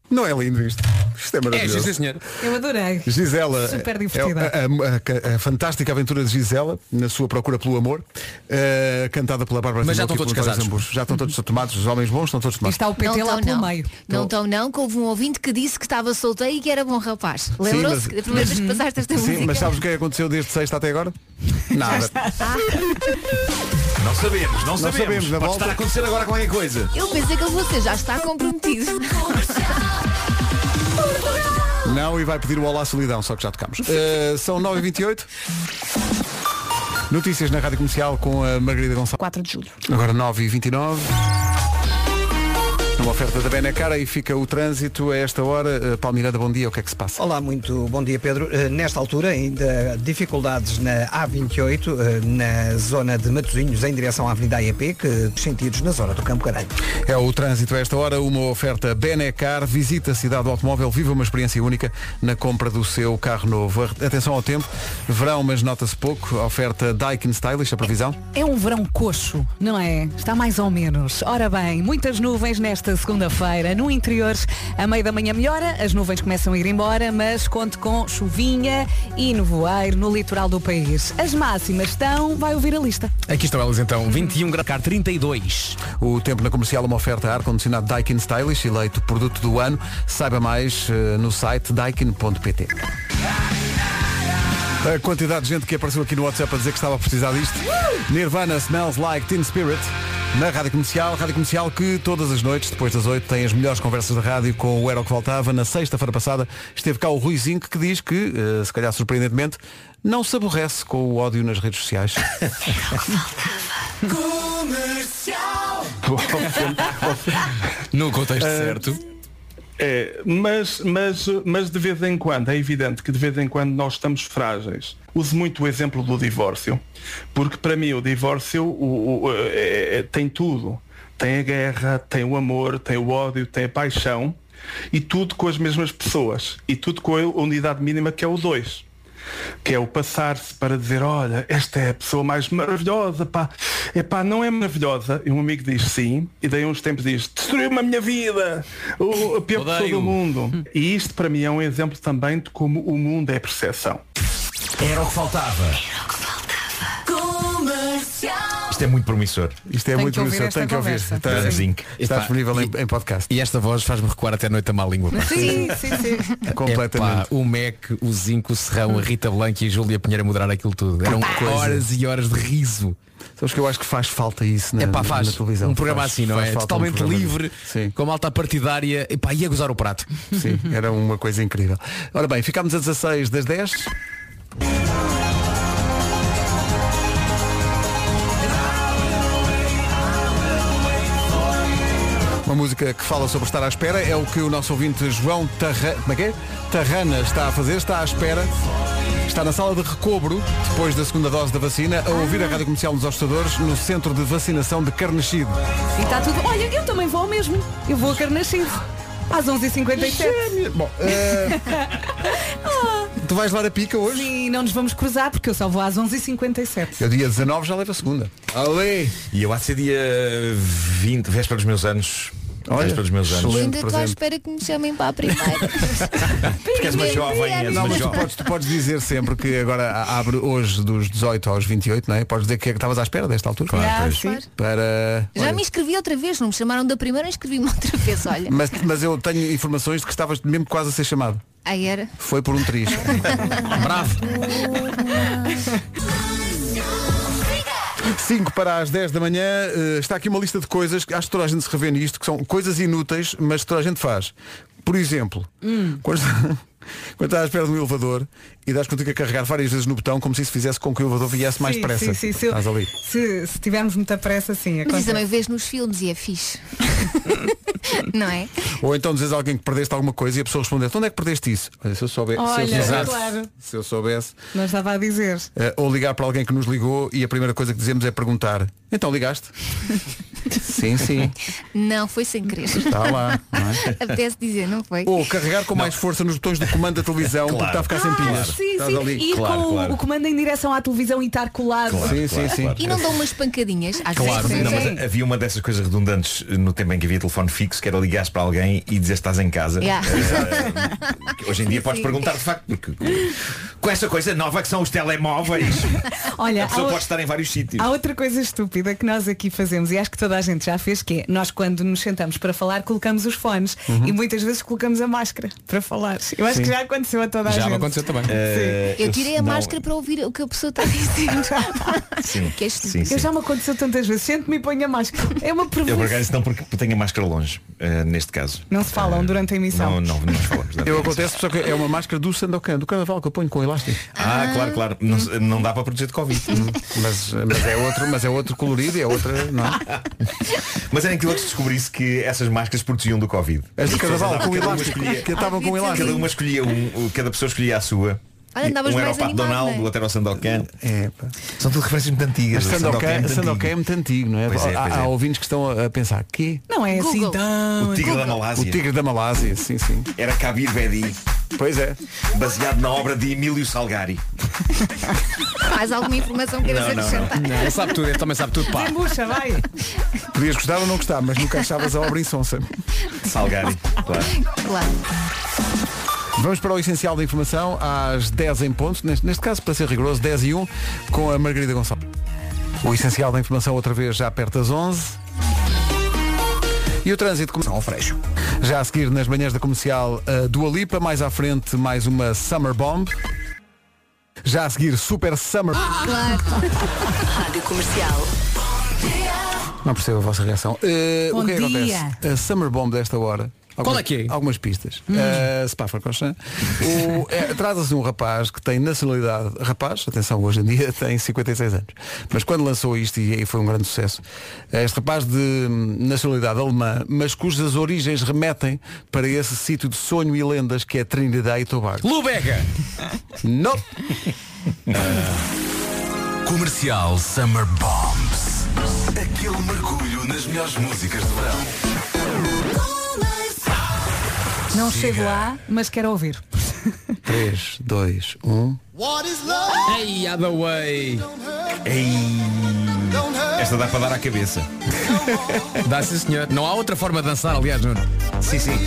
Não é lindo isto? Isto é maravilhoso.
Eu adorei.
Gisela,
Super
é-
divertida.
é- a, a- a- a fantástica aventura de Gisela na sua procura pelo amor, eh, cantada pela Bárbara
Mas já
Tinoco
estão
e
todos
pelo António
casados.
Zambujo. Já estão todos tomados, os homens bons estão todos tomados.
está o PT
não
lá
tão,
pelo
não.
meio.
Não estão não, que houve um ouvinte que disse que estava solteiro e que era bom rapaz. Lembrou-se
mas-
que da primeira vez que
mas-
passaste esta
Sim,
música?
mas sabes o que é que aconteceu desde sexta até agora? Nada.
Não sabemos, não,
Não
sabemos.
sabemos, na
Pode
volta.
estar a acontecer agora qualquer coisa.
Eu pensei que você já está comprometido.
Não, e vai pedir o Olá Solidão, só que já tocamos. Eh, são 9h28. Notícias na Rádio Comercial com a Margarida Gonçalves.
4 de julho.
Agora 9h29. Uma oferta da Benacara e fica o trânsito a esta hora. Eh, Paulo Miranda, bom dia, o que é que se passa?
Olá, muito bom dia, Pedro. Eh, Nesta altura, ainda dificuldades na A28, eh, na zona de Matosinhos, em direção à Avenida AEP, que dos sentidos na zona do Campo Caralho.
É o trânsito a esta hora, uma oferta Benecar. Visita a cidade do automóvel, viva uma experiência única na compra do seu carro novo. Atenção ao tempo, verão, mas nota-se pouco. Oferta Daikin Stylish, a previsão.
É um verão coxo, não é? Está mais ou menos. Ora bem, muitas nuvens nesta segunda-feira. No interior, a meio da manhã melhora, as nuvens começam a ir embora, mas conte com chuvinha e nevoeiro no litoral do país. As máximas estão, vai ouvir a lista.
Aqui estão elas então, 21 graus, cá, 32.
O tempo na comercial é uma oferta ar-condicionado Daikin Stylish, eleito produto do ano. Saiba mais eh, no site daikin.pt. A quantidade de gente que apareceu aqui no WhatsApp a dizer que estava a precisar disto. Nirvana Smells Like Teen Spirit. Na Rádio Comercial, Rádio Comercial que todas as noites, depois das oito, tem as melhores conversas da rádio com o Era o que Faltava. Na sexta-feira passada esteve cá o Rui Zinco que diz que, eh, se calhar surpreendentemente, não se aborrece com o ódio nas redes sociais.
Comercial.
No contexto
Ah,
certo.
É, mas, mas, mas de vez em quando, é evidente que de vez em quando nós estamos frágeis. Uso muito o exemplo do divórcio, porque para mim o divórcio o- o- é- é- tem tudo. Tem a guerra, tem o amor, tem o ódio, tem a paixão. E tudo com as mesmas pessoas. E tudo com a unidade mínima que é o 2. Que é o passar-se para dizer, olha, esta é a pessoa mais maravilhosa, pá. É pá, não é maravilhosa. E um amigo diz sim, e daí uns tempos diz, destruiu-me a minha vida, o, a pior pessoa do mundo. E isto para mim é um exemplo também de como o mundo é percepção.
Era o que faltava.
Comercial.
Isto é muito promissor.
Isto é
Tenho
muito
que ouvir
promissor,
esta
tem que ouvir.
conversa.
Está,
Sim. Zinc.
está
Epá,
disponível em, em podcast.
E esta voz faz-me recuar até a noite a má língua. pá.
Sim, sim, sim.
É Completamente.
Epá, o Mac, o Zinco, o Serrão, a Rita Blanca e a Júlia Pinheiro a moderar aquilo tudo. Eram
Coisa.
horas e horas de riso.
Sabes que eu acho que faz falta isso na,
Epá,
na-
É faz
na televisão.
um programa
Faz-
assim, não
faz
é?
falta um
Totalmente
programa
livre, com malta partidária. Epá, ia gozar o prato.
Sim, era uma coisa incrível. Ora bem, ficámos a 16 das 10. Uma música que fala sobre estar à espera é o que o nosso ouvinte João Tarra... como é que é? Tarrana está a fazer, está à espera. Está na sala de recobro, depois da segunda dose da vacina, a ouvir a rádio comercial nos hostadores, no centro de vacinação de Carnachide.
E está tudo. Olha, eu também vou ao mesmo. Eu vou a Carnachive. Às 11h57.
Bom, eh, Tu vais levar a pica hoje?
Ah. Sim, não nos vamos cruzar porque eu só vou às 11h57.
Eu dia 19 já levo a segunda. Ali!
E eu há de ser dia 20, véspera dos meus anos. véspera dos meus anos.
Ainda estou à espera que me chamem para a primeira.
Porque és uma jovem,
é
és
Não,
uma
mas tu
jovem.
podes, tu podes dizer sempre que agora a- abre hoje dos 18 aos 28, não é? Podes dizer que é que estavas à espera desta altura.
Claro, Ah, pois. sim.
Para.
Já
olha,
me inscrevi outra vez, não me chamaram da primeira, inscrevi-me outra vez, olha.
mas, mas eu tenho informações de que estavas mesmo quase a ser chamado.
Aí era.
Foi por um triz. Bravo! 5 para as 10 da manhã, eh, está aqui uma lista de coisas, que acho que toda a gente se revê nisto, que são coisas inúteis, mas que toda a gente faz. Por exemplo, quando, quando estás à espera de um elevador e das contigo a carregar várias vezes no botão, como se isso fizesse com que o elevador viesse mais
Sim,
depressa.
sim, sim, sim.
Estás ali.
Se, se tivermos muita pressa, sim.
Mas
acontece.
isso também vês nos filmes e é fixe. não é?
Ou então dizes a alguém que perdeste alguma coisa e a pessoa responder, onde é que perdeste isso? Olha, se eu soubesse. se
Olha,
eu soubesse,
claro.
se eu soubesse
Não estava a dizer.
Eh, ou ligar para alguém que nos ligou e a primeira coisa que dizemos é perguntar, então ligaste? sim, sim.
Não, foi sem querer.
Está lá, não é?
Apetece dizer, não foi?
Ou carregar com mais força nos botões do comando da televisão porque está a ficar sem pilhas.
Ah, Sim,
Estás
sim.
ali.
Ir com o- o comando em direção à televisão e estar colado.
Claro, Sim, claro, sim, sim. claro,
E não
claro.
dão umas pancadinhas? Às
Claro,
vezes
não,
é.
mas havia uma dessas coisas redundantes no tempo em que havia telefone fixo, que era ligares para alguém e dizer estás em casa.
Yeah.
Eh, que hoje em dia podes perguntar de facto, porque com- com essa coisa nova que são os telemóveis,
Olha,
a
há
pessoa
o-
pode estar em vários sítios.
Há outra coisa estúpida que nós aqui fazemos e acho que toda a gente já fez, que é nós quando nos sentamos para falar colocamos os fones
Uhum.
e muitas vezes colocamos a máscara para falar. Eu acho
Sim.
que já aconteceu a toda a gente.
também.
Eh,
Eu tirei a
não,
máscara para ouvir o que a pessoa está a dizer.
Sim,
que é
sim,
estúpido.
sim.
Eu já me aconteceu tantas vezes. Sento-me e ponho a máscara. É uma
Eu por
perversa.
acaso não porque tenho a máscara longe, eh, neste caso.
Não se falam durante a emissão.
Não, não, não nos falamos.
Eu acontece só que é uma máscara do Sandokan, do carnaval que eu ponho com elástico.
Ah, claro, claro. Não, se- não dá para proteger de Covid.
mas, mas é outro, mas é outro colorido e é outra. Não.
Mas era incrível que se descobrisse que essas máscaras protegiam do Covid.
As É de
As pessoas
carnaval,
andavam-
com
cada uma
elástico,
escolhia- um.
que estavam com elástico.
Cada uma escolhia um, o- cada pessoa escolhia a sua.
Olha, andavas
um era
mais
o Pato
animado,
Donald,
não é?
o outro era o Sandokan.
É,
São tudo referências muito
Mas
antigas. O
Sandokan
muito
Sandokan
antigo.
é muito antigo, não é?
Pois é, pois
há, há
é.
ouvintes que estão a a pensar, quê?
Não é assim tão.
O Tigre da Malásia.
O tigre da Malásia, sim, sim.
Era Kabir Bedi.
Pois é.
Baseado na obra de Emílio Salgari.
Mais alguma informação que queiras acrescentar?
Ele sabe tudo, ele também sabe tudo, pá.
Desembucha, vai.
Podias gostar ou não gostar, mas nunca achavas a obra insonsa.
Salgari, claro.
Claro.
Vamos para o essencial da informação, às 10 em ponto, neste, neste caso, para ser rigoroso, 10 e 1, com a Margarida Gonçalves. O essencial da informação, outra vez, já perto das 11. E o trânsito começa ao freixo. Já a seguir, nas manhãs da comercial, a Dua Lipa, mais à frente, mais uma Summer Bomb. Já a seguir, Super Summer...
Ah,
Claro. Rádio Comercial.
Não percebo a vossa reação. Eh,
Bom
o que é que
dia.
acontece? A Summer Bomb desta hora.
Qual é que é?
Algumas pistas.
Hum.
Eh, Spa Francorchamps. O- é, Trata-se de um rapaz que tem nacionalidade. Rapaz, atenção, hoje em dia tem 56 anos. Mas quando lançou isto, e aí foi um grande sucesso, eh, este rapaz de hum, nacionalidade alemã, mas cujas origens remetem para esse sítio de sonho e lendas que é Trinidad e Tobago.
Lubega!
Não! Ah,
Comercial Summer Bombs. Aquele mergulho nas melhores músicas de verão.
Não chego lá, mas quero ouvir.
3, 2, 1.
What is love?
Hey, other way.
Esta dá para dar à cabeça.
Dá sim senhor. Não há outra forma de dançar, aliás, Nuno.
Sim, sim.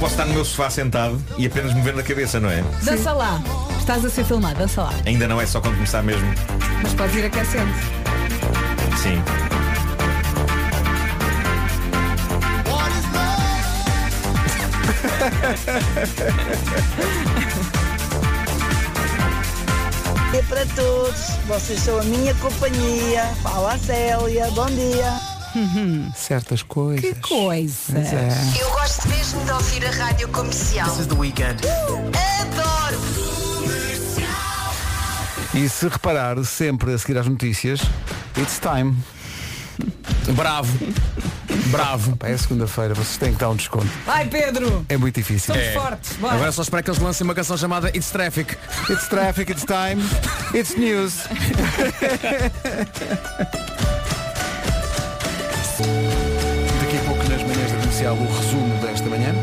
Posso estar no meu sofá sentado e apenas mover na cabeça, não é?
Dança lá. Estás a ser filmado, dança lá.
Ainda não é só quando começar mesmo.
Mas podes ir aquecendo.
Sim.
E É para todos, vocês são a minha companhia. Fala a Célia, bom dia.
Uhum.
Certas coisas. é. Que
coisa.
É.
Eu gosto mesmo de ouvir a rádio comercial.
This is the weekend.
Adoro.
E se reparar, sempre a seguir às notícias, it's time.
Bravo.
Bravo. É segunda-feira, vocês têm que dar um desconto.
Vai, Pedro!
É muito difícil.
Somos fortes, bora.
Agora só espero que eles lancem uma canção chamada It's Traffic.
It's Traffic, it's time, it's news. Daqui a pouco nas manhãs da comercial o resumo desta manhã.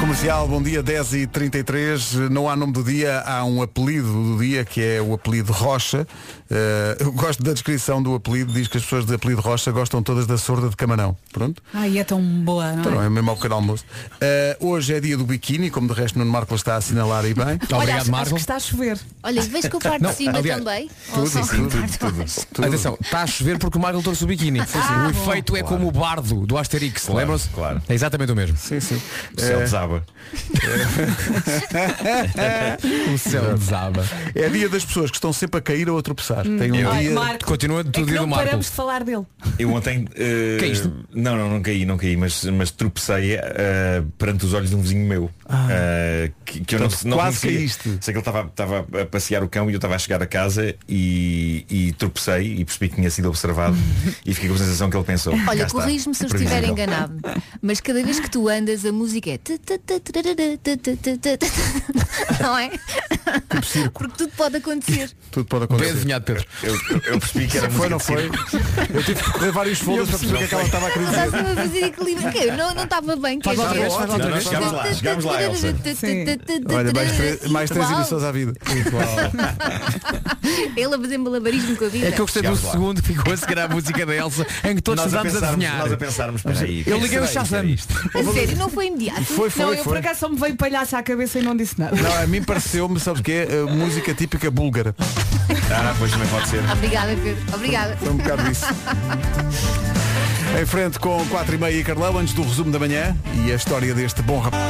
Comercial, bom dia, 10h33. Não há nome do dia, há um apelido do dia que é o apelido Rocha. Eh, eu gosto da descrição do apelido, diz que as pessoas de apelido Rocha gostam todas da sorda de camarão. Pronto?
Ai, é tão boa, não
Então não
é?
é mesmo ao pequeno almoço. Eh, hoje é dia do biquíni, como de resto Nuno Marco está a assinalar e bem.
Olha, acho, acho que está a chover.
Olha, vês que eu parto de cima também?
Oh,
Tudo, sim, tudo, tudo, tudo.
Atenção, está a chover porque o Marco trouxe o biquíni.
Ah,
o efeito é como o bardo do Asterix, lembram-se? Claro. É exatamente o mesmo.
Sim, sim. É.
O céu desaba.
o céu desaba.
É dia das pessoas que estão sempre a cair ou a tropeçar. Tem um
Eu-
Ai,
dia.
Marco,
Continua
é que não paramos de falar dele.
Eu ontem. eh,
Caíste?
Não, não, não caí, não caí, mas, mas tropecei eh, perante os olhos de um vizinho meu. eh, que, que eu
Ah. Portanto,
não, não
quase
conhecia.
caíste.
Sei que ele estava- estava a passear o cão e eu estava a chegar a casa e, e tropecei e percebi que tinha sido observado e fiquei com a sensação que ele pensou. "Cá
Olha,
está,
corrijo-me se eu estiver
previsível."
enganado, mas cada vez que tu andas a música é tu, tu, tu, tarará, tu, tu, tu, tu, tu. não é? Porque tudo pode acontecer.
Tipo Tudo pode
Bem
acontecer.
adivinhado, Pedro.
Eu, eu- eu percebi que era música
Foi, não
de
foi?
circo.
Eu tive que ler vários folhas para perceber o que é que ela estava a querer dizer.
Estás-me a fazer equilíbrio. Que eu não não estava bem.
Faz
quer
outra
dizer.
vez, faz
Não,
outra
não,
vez.
chegámos lá, chegámos lá, Elsa.
Olha, mais, três- mais três
Igual.
emissões à vida.
Ele a fazer malabarismo com a vida.
É que eu gostei do
Chegámos lá.
segundo que ficou a seguir à música da Elsa
É
em que todos
Nós a
estamos a
pensarmos,
adivinhar.
nós a pensarmos, peraí.
Eu liguei o
é
será isto?
Shazam.
A sério, não foi imediato.
não, eu por acaso só me veio palhaço à cabeça e não disse nada.
Não, é- a mim pareceu-me, sabes o que é? Música típica búlgara.
Ah, pois também pode ser.
Obrigada, Pedro. Obrigada.
Foi um bocado isso. Em frente com 4 e meia e Carlão, antes do resumo da manhã e a história deste bom rapaz.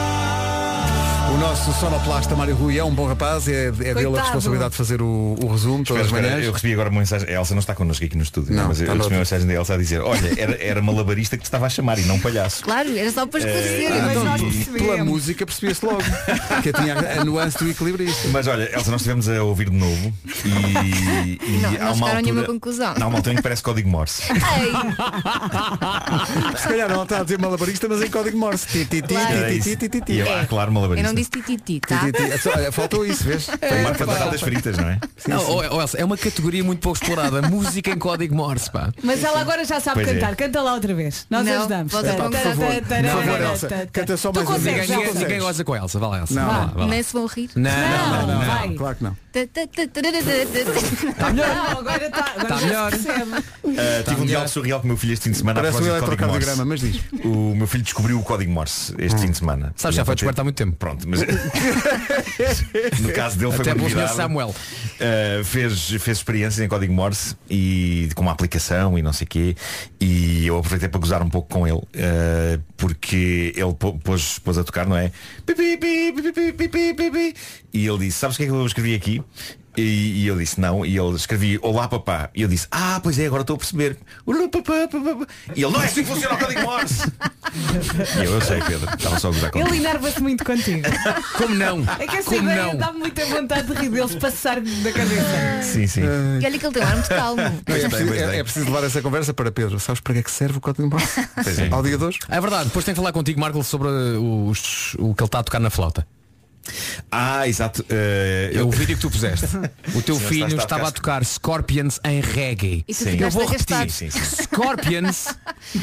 O nosso sonoplasta Mário Rui é um bom rapaz, é, é dele a
Coitado.
responsabilidade de fazer o, o resumo todas as
Espera, espera,
manhãs.
eu recebi agora uma mensagem. A Elsa não está connosco aqui no estúdio,
Não,
mas eu
está
recebi
noutra.
uma mensagem da Elsa a dizer, olha, era, era malabarista que te estava a chamar e não um palhaço.
Claro, era só para esclarecer.
Ah,
mas
então,
nós
pela
percebemos.
música percebia-se logo que eu tinha a nuance do equilibrista.
Mas olha, Elsa, nós estivemos a ouvir de novo e, e
Não, não
há uma
chegaram a nenhuma
altura.
conclusão.
Não, há uma altura em que parece código Morse.
Ei,
Se calhar não está a dizer malabarista, mas em código Morse. Ti, ti, ti,
Claro.
Era
ti,
isso.
ti, ti, ti, ti.
E eu, ah, claro,
eu não
malabarista.
disse tititi, tá?
Ti, ti, ti. Olha, Faltou isso, vês?
É,
Foi marca batatas fritas, não é?
Não, oh, oh, Elsa, é uma categoria muito pouco explorada. música em código Morse, pá.
Mas ela agora já sabe
Pois é.
cantar. Canta lá outra vez. Nós
Não,
ajudamos.
vocês não
Tá, tá,
conseguem.
tá, tá, tá,
Por favor,
tá, tá,
Elsa,
tá, tá.
canta só
Tu
mais um
consegues,
bocadinho.
já
Ninguém, ninguém
consegues.
goza com a Elsa. Vai lá, Elsa.
Não.
Vá lá, vá lá.
Nem se vão rir. tá,
Não,
Não,
não, não.
vai.
Claro que não.
Ah,
Tá melhor, agora está. Agora
Tá
já
melhor.
se percebe.
Ah, tive um diálogo surreal com o meu filho este fim de semana
Parece
a
um
propósito de código
eletrocardiograma,
Morse.
mas diz. Hum.
O meu filho descobriu o código Morse este fim de semana.
Sabes, já foi descoberto há muito tempo.
Pronto, mas no caso dele foi
Até pelo senhor
convidado.
Samuel.
Uh, fez, fez experiências em código Morse e com uma aplicação e não sei quê e eu aproveitei para gozar um pouco com ele uh, porque ele pô- pôs, pôs a tocar, não é? Pi, pi, pi, pi, pi, pi, pi, pi, pi. E ele disse, sabes o que é que eu escrevi aqui? E, e eu disse não, e ele escrevi Olá papá E eu disse, ah pois é, agora estou a perceber Olá, papá, papá, papá. E ele, não é assim que funciona o código Morse E eu, eu sei Pedro, estava só a gozar com
Ele enerva-se muito contigo.
Como não?
É que essa
Como
ideia
não?
dá-me muita vontade de rir deles passar da cabeça.
Sim, sim
E olha que ele tem um ar muito calmo.
Ah. É
Pois bem,
preciso,
pois
é-
bem.
é preciso levar essa conversa para Pedro. Sabes para que é que serve o código Morse?
Pois é.
Ao dia de hoje?
É verdade, depois tenho que falar contigo, Marco, sobre uh, os- o que ele está a tocar na flauta.
Ah, exato. eh,
É o vídeo que tu puseste. O teu
Sim,
filho
está- está
estava a
casco.
tocar Scorpions em reggae.
E tu Sim. ficaste
Eu vou repetir.
arrastado. Sim, sim, sim.
Scorpions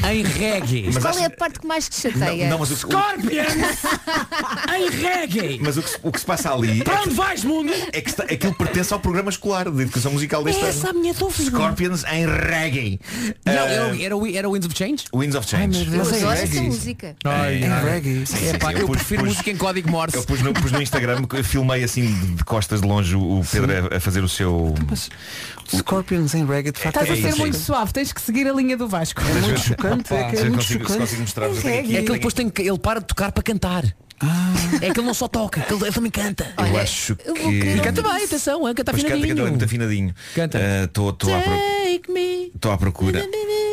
em reggae.
Mas qual é a parte que mais te chateia?
Não, não, mas o-
Scorpions em reggae!
Mas o que, se- o que se passa ali
Para onde vais, mundo?
é que está- aquilo pertence ao programa escolar de educação musical deste
É
ano.
essa a minha dúvida.
Scorpions em reggae.
Não,
Ah,
era, o- era, o- era o Winds of Change?
Winds of Change.
Ai, meu Deus,
Eu
é
adoro
reggae.
essa música.
Ai,
É,
ai.
reggae. Sim,
Epá,
sim,
eu,
eu pus-
prefiro
pus-
música em código Morse.
Eu pus no, pus no Instagram, que eu filmei assim de de costas de longe o o Pedro a, a fazer o seu.
Então,
Scorpions em reggae, de facto.
Estás
é
a ser
isso, é
muito
isso.
suave, tens que seguir a linha do Vasco.
Deixa eu ver se-
Tá é que é
se eu
muito
consigo- se
chocante.
consigo mostrar, eu tenho
É
aqui-
É
tenho
que ele depois tem que. Ele para de tocar para cantar. É que ele não só toca, que ele, ele também canta.
Eu acho que.
E canta bem, atenção, é, canta
Pois canta, canta, ele é muito
afinadinho.
afinadinho. Canta. Estou à pro-
Take me.
tô à procura.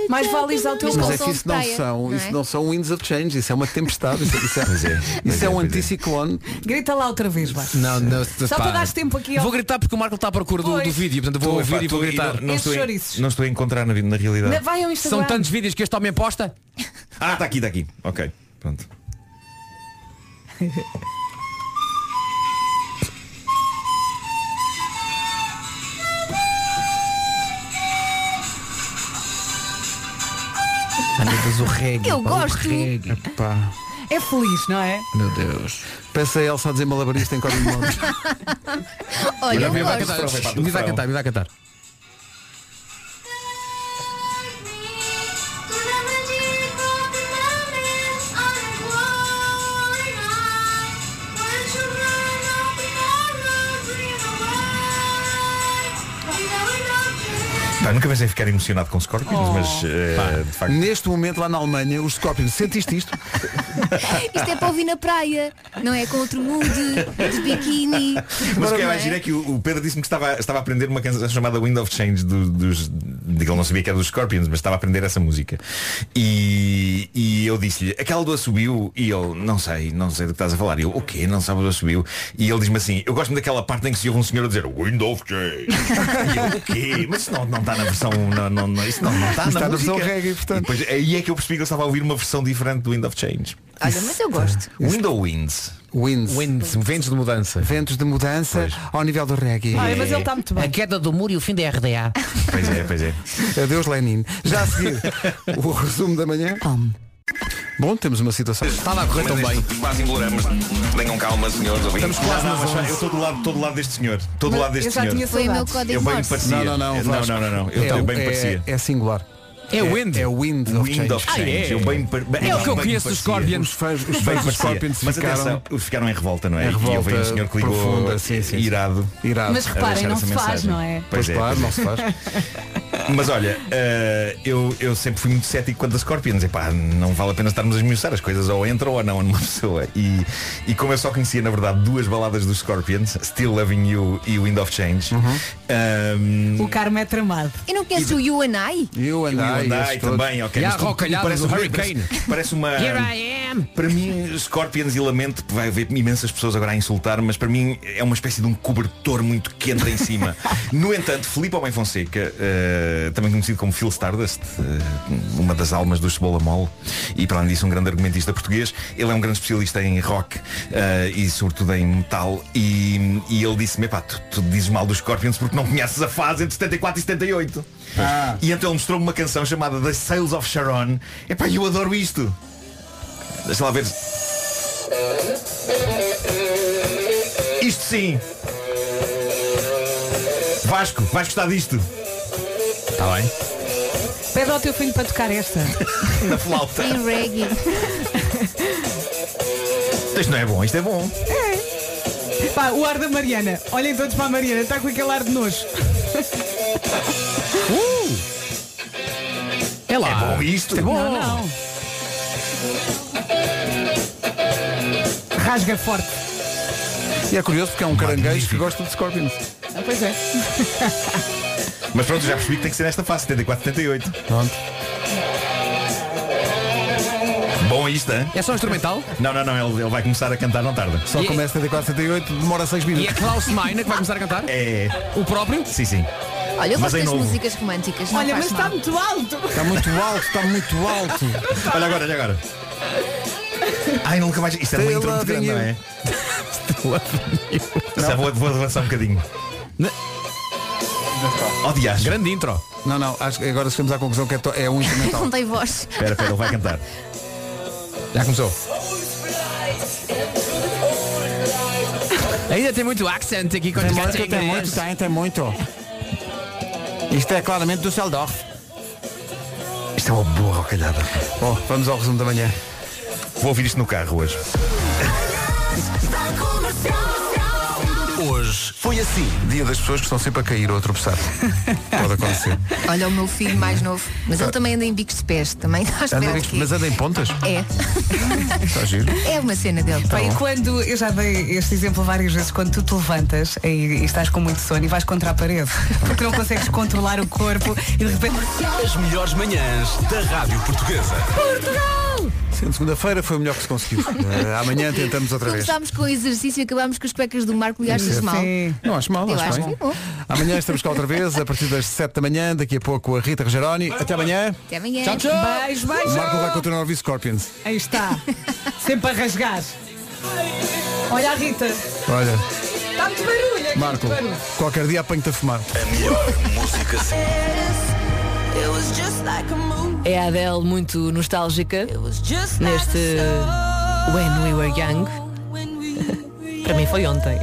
Mais vale usar o teu
Mas é
bolsão
que
de
isso não
praia,
são,
não é?
isso não são winds of change, isso é uma tempestade, isso, isso é, isso é um anticiclone.
Grita lá outra vez, Vasco.
Não, não,
Só para dar tempo aqui ao...
Vou gritar porque o Marco está à procura do, do
Pois. É
vídeo, portanto vou
Tô,
ouvir
epá,
e vou
tô-
gritar.
não- Não, estou, em-
chouriços.
não estou a encontrar na, na realidade.
Na- Vai ao Instagram.
São tantos vídeos que este homem aposta.
Ah, está aqui, está aqui. Ok, pronto.
o reggae.
Eu
pá, o
gosto.
reggae. Epá,
É feliz, não é?
meu Deus. Peça a Elsa a dizer malabarista em código Morse.
Olha, eu
Me dá a
gosto.
cantar,
Vai, vai,
me dá a
vai.
cantar, me dá a cantar.
Pá, nunca pensei é ficar emocionado com Scorpions, mas eh, de facto.
Neste momento lá na Alemanha, os Scorpions, sentiste isto?
Isto é para ouvir na praia, não é? Com outro mood, de biquíni.
Mas o que é
Não
mais giro é que o, o Pedro disse-me que estava, estava a aprender uma canção chamada Wind of Change do- dos. de que ele não sabia que era dos Scorpions, mas estava a aprender essa música. E, e eu disse-lhe, aquela do subiu e ele, não sei, não sei do que estás a falar. E eu, o quê? Não sabe do subiu E ele diz-me assim, eu gosto-me daquela parte em que se ouve um senhor a dizer Wind of Change. e eu, o quê? Mas isso não, não está na versão. Não, não, não, isso não, não está,
Está
na,
na versão
música.
reggae,
E depois, aí é que eu percebi que ele estava a ouvir uma versão diferente do Wind of Change.
Olha, mas eu gosto.
Wind ou Winds?
Winds.
ventos de mudança.
Ventos de mudança ao nível do reggae.
Ai, mas ele está muito bem.
A queda do muro e o fim da RDA.
Pois é, pois é.
Adeus Lenin. Já a seguir, o resumo da manhã. Bom, temos uma situação.
Estava a correr tão bem.
Quase embolamos. Tenham calma, senhores. Estamos quase não, não, mas Eu estou do lado, todo lado deste senhor. Todo lado deste
Eu já
senhor.
tinha
Foi o meu
saudades.
código
Eu bem me
Morse.
parecia. É,
Não, não, não.
Não,
Vasco.
não, não, não. Eu, eu bem me
é,
parecia.
É singular.
É wind.
É Wind of
Wind
Change.
of Change.
Ah, é?
Eu bem, par- bem,
É o que eu
bem me
conheço dos
parecia.
Scorpions.
Os fãs, os
Bem me
fãs dos
parecia.
Scorpions
Mas
ficaram
atenção, ficaram em revolta, não é?
Em
e eu
revolta
vejo um senhor que ligou
profunda, sim, sim, sim.
irado.
irados.
Mas
a
reparem,
deixar
não
essa
se faz,
mensagem.
não é?
Pois
Pois
é,
claro,
pois é.
não se faz.
Mas olha, eh, eu, eu sempre fui muito cético quanto a Scorpions. Epá, não vale a pena estarmos a esmiuçar as coisas, ou entram ou não numa pessoa. E, e como eu só conhecia, na verdade, duas baladas dos Scorpions, Still Loving You e Wind of Change, ehm,
O karma é tramado.
Eu não conheço o You and I?
Eu
e o
andai,
Andai também, ok.
E a
mas tu-
rocalhada
parece
do
uma-
Hurricane.
Parece uma.
Here I am.
Para mim, Scorpions e Lamento, vai haver imensas pessoas agora a insultar, mas para mim é uma espécie de um cobertor muito quente em cima. No entanto, Filipe Homem Fonseca, eh, também conhecido como Phil Stardust, eh, uma das almas do Cebola Mole, e para além disso um grande argumentista português, ele é um grande especialista em rock eh, e sobretudo em metal, e, e ele disse-me, pá, tu, tu dizes mal dos Scorpions porque não conheces a fase entre 74 e 78. E então ele mostrou-me uma canção chamada The Sales of Sharon. Epá, eu adoro isto. Deixa lá ver. Isto sim. Vasco, vais gostar disto. Está bem.
Pede ao teu filho para tocar esta.
Na flauta.
Em reggae.
Isto não é bom, isto é bom.
É. Pá, o ar da Mariana. Olhem todos para a Mariana, está com aquele ar de nojo.
Uh!
É lá.
É bom isto.
É bom.
Não, não. Rasga forte.
E é curioso porque é um caranguejo que gosta de Scorpions.
Ah, Pois é.
Mas pronto, já percebi que tem que ser nesta fase, 74, 78.
Pronto.
Bom isto, hein?
É só instrumental?
Não, não, não, ele, ele vai começar a cantar não tarda.
Só
E-
começa 74, 78, demora 6
E é
minutos.
Klaus Meine que vai começar a cantar?
É.
O próprio?
Sim, sim.
Olha, eu
Mas
gosto
em
das
novo.
músicas românticas. não
Olha,
faz
mas
mal.
Tá
está muito alto.
Está muito alto, está muito alto.
Olha agora, olha agora. Ai, nunca mais. Isto é uma
Still
intro muito grande,
loving
não é? Já vou, vou avançar um bocadinho. Odias.
Grande intro.
Não, não, acho que agora chegamos à conclusão que é, to- é um instrumental.
Não tem voz.
Espera, espera, ele vai cantar.
Já começou. Ainda tem muito accent aqui quando canta em inglês.
tem, tem muito. Isto é claramente do Seldorf.
Isto é uma boa rocalhada.
Bom, vamos ao resumo da manhã.
Vou ouvir isto no carro hoje.
Hoje foi assim. Dia das pessoas que estão sempre a cair ou a tropeçar. Pode acontecer.
Olha o meu filho mais novo. Mas ele também anda em bicos de pés. Também está à
Anda
espera
em-
de quê?
mas anda em pontas?
É.
Está giro.
É uma cena dele.
Tá
Bem,
bom.
quando eu já dei este exemplo várias vezes, quando tu te levantas e, e estás com muito sono e vais contra a parede, porque não consegues controlar o corpo e de repente.
As melhores manhãs da Rádio Portuguesa.
Portugal!
Sim, de segunda-feira foi o melhor que se conseguiu. Eh, amanhã tentamos outra vez.
Começámos com o exercício e acabámos com as pecas do Marco e achas mal.
Não acho mal,
Eu
acho,
acho
bem.
que é bom.
Amanhã estamos cá outra vez, a partir das 7 da manhã, daqui a pouco a Rita Rogeroni. Até amanhã.
Até amanhã.
Tchau, tchau.
Beijo, beijo.
O Marco vai continuar a ouvir Scorpions.
Aí está. Sempre a rasgar. Olha a Rita.
Olha,
Está muito barulho. aqui,
Marco,
muito barulho.
qualquer dia apanho-te a fumar.
Música É a Adele muito nostálgica neste When We Were Young. Para mim foi ontem.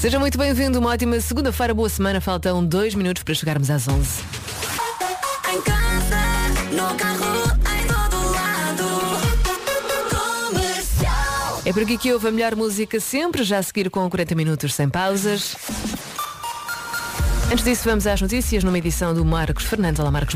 Seja muito bem-vindo, uma ótima segunda-feira, boa semana. Faltam dois minutos para chegarmos às 11.
Em casa, no carro, em todo lado. Comercial.
É por aqui que houve a melhor música sempre, já a seguir com 40 minutos sem pausas. Antes disso, vamos às notícias numa edição do Marcos Fernandes. Olá, Marcos.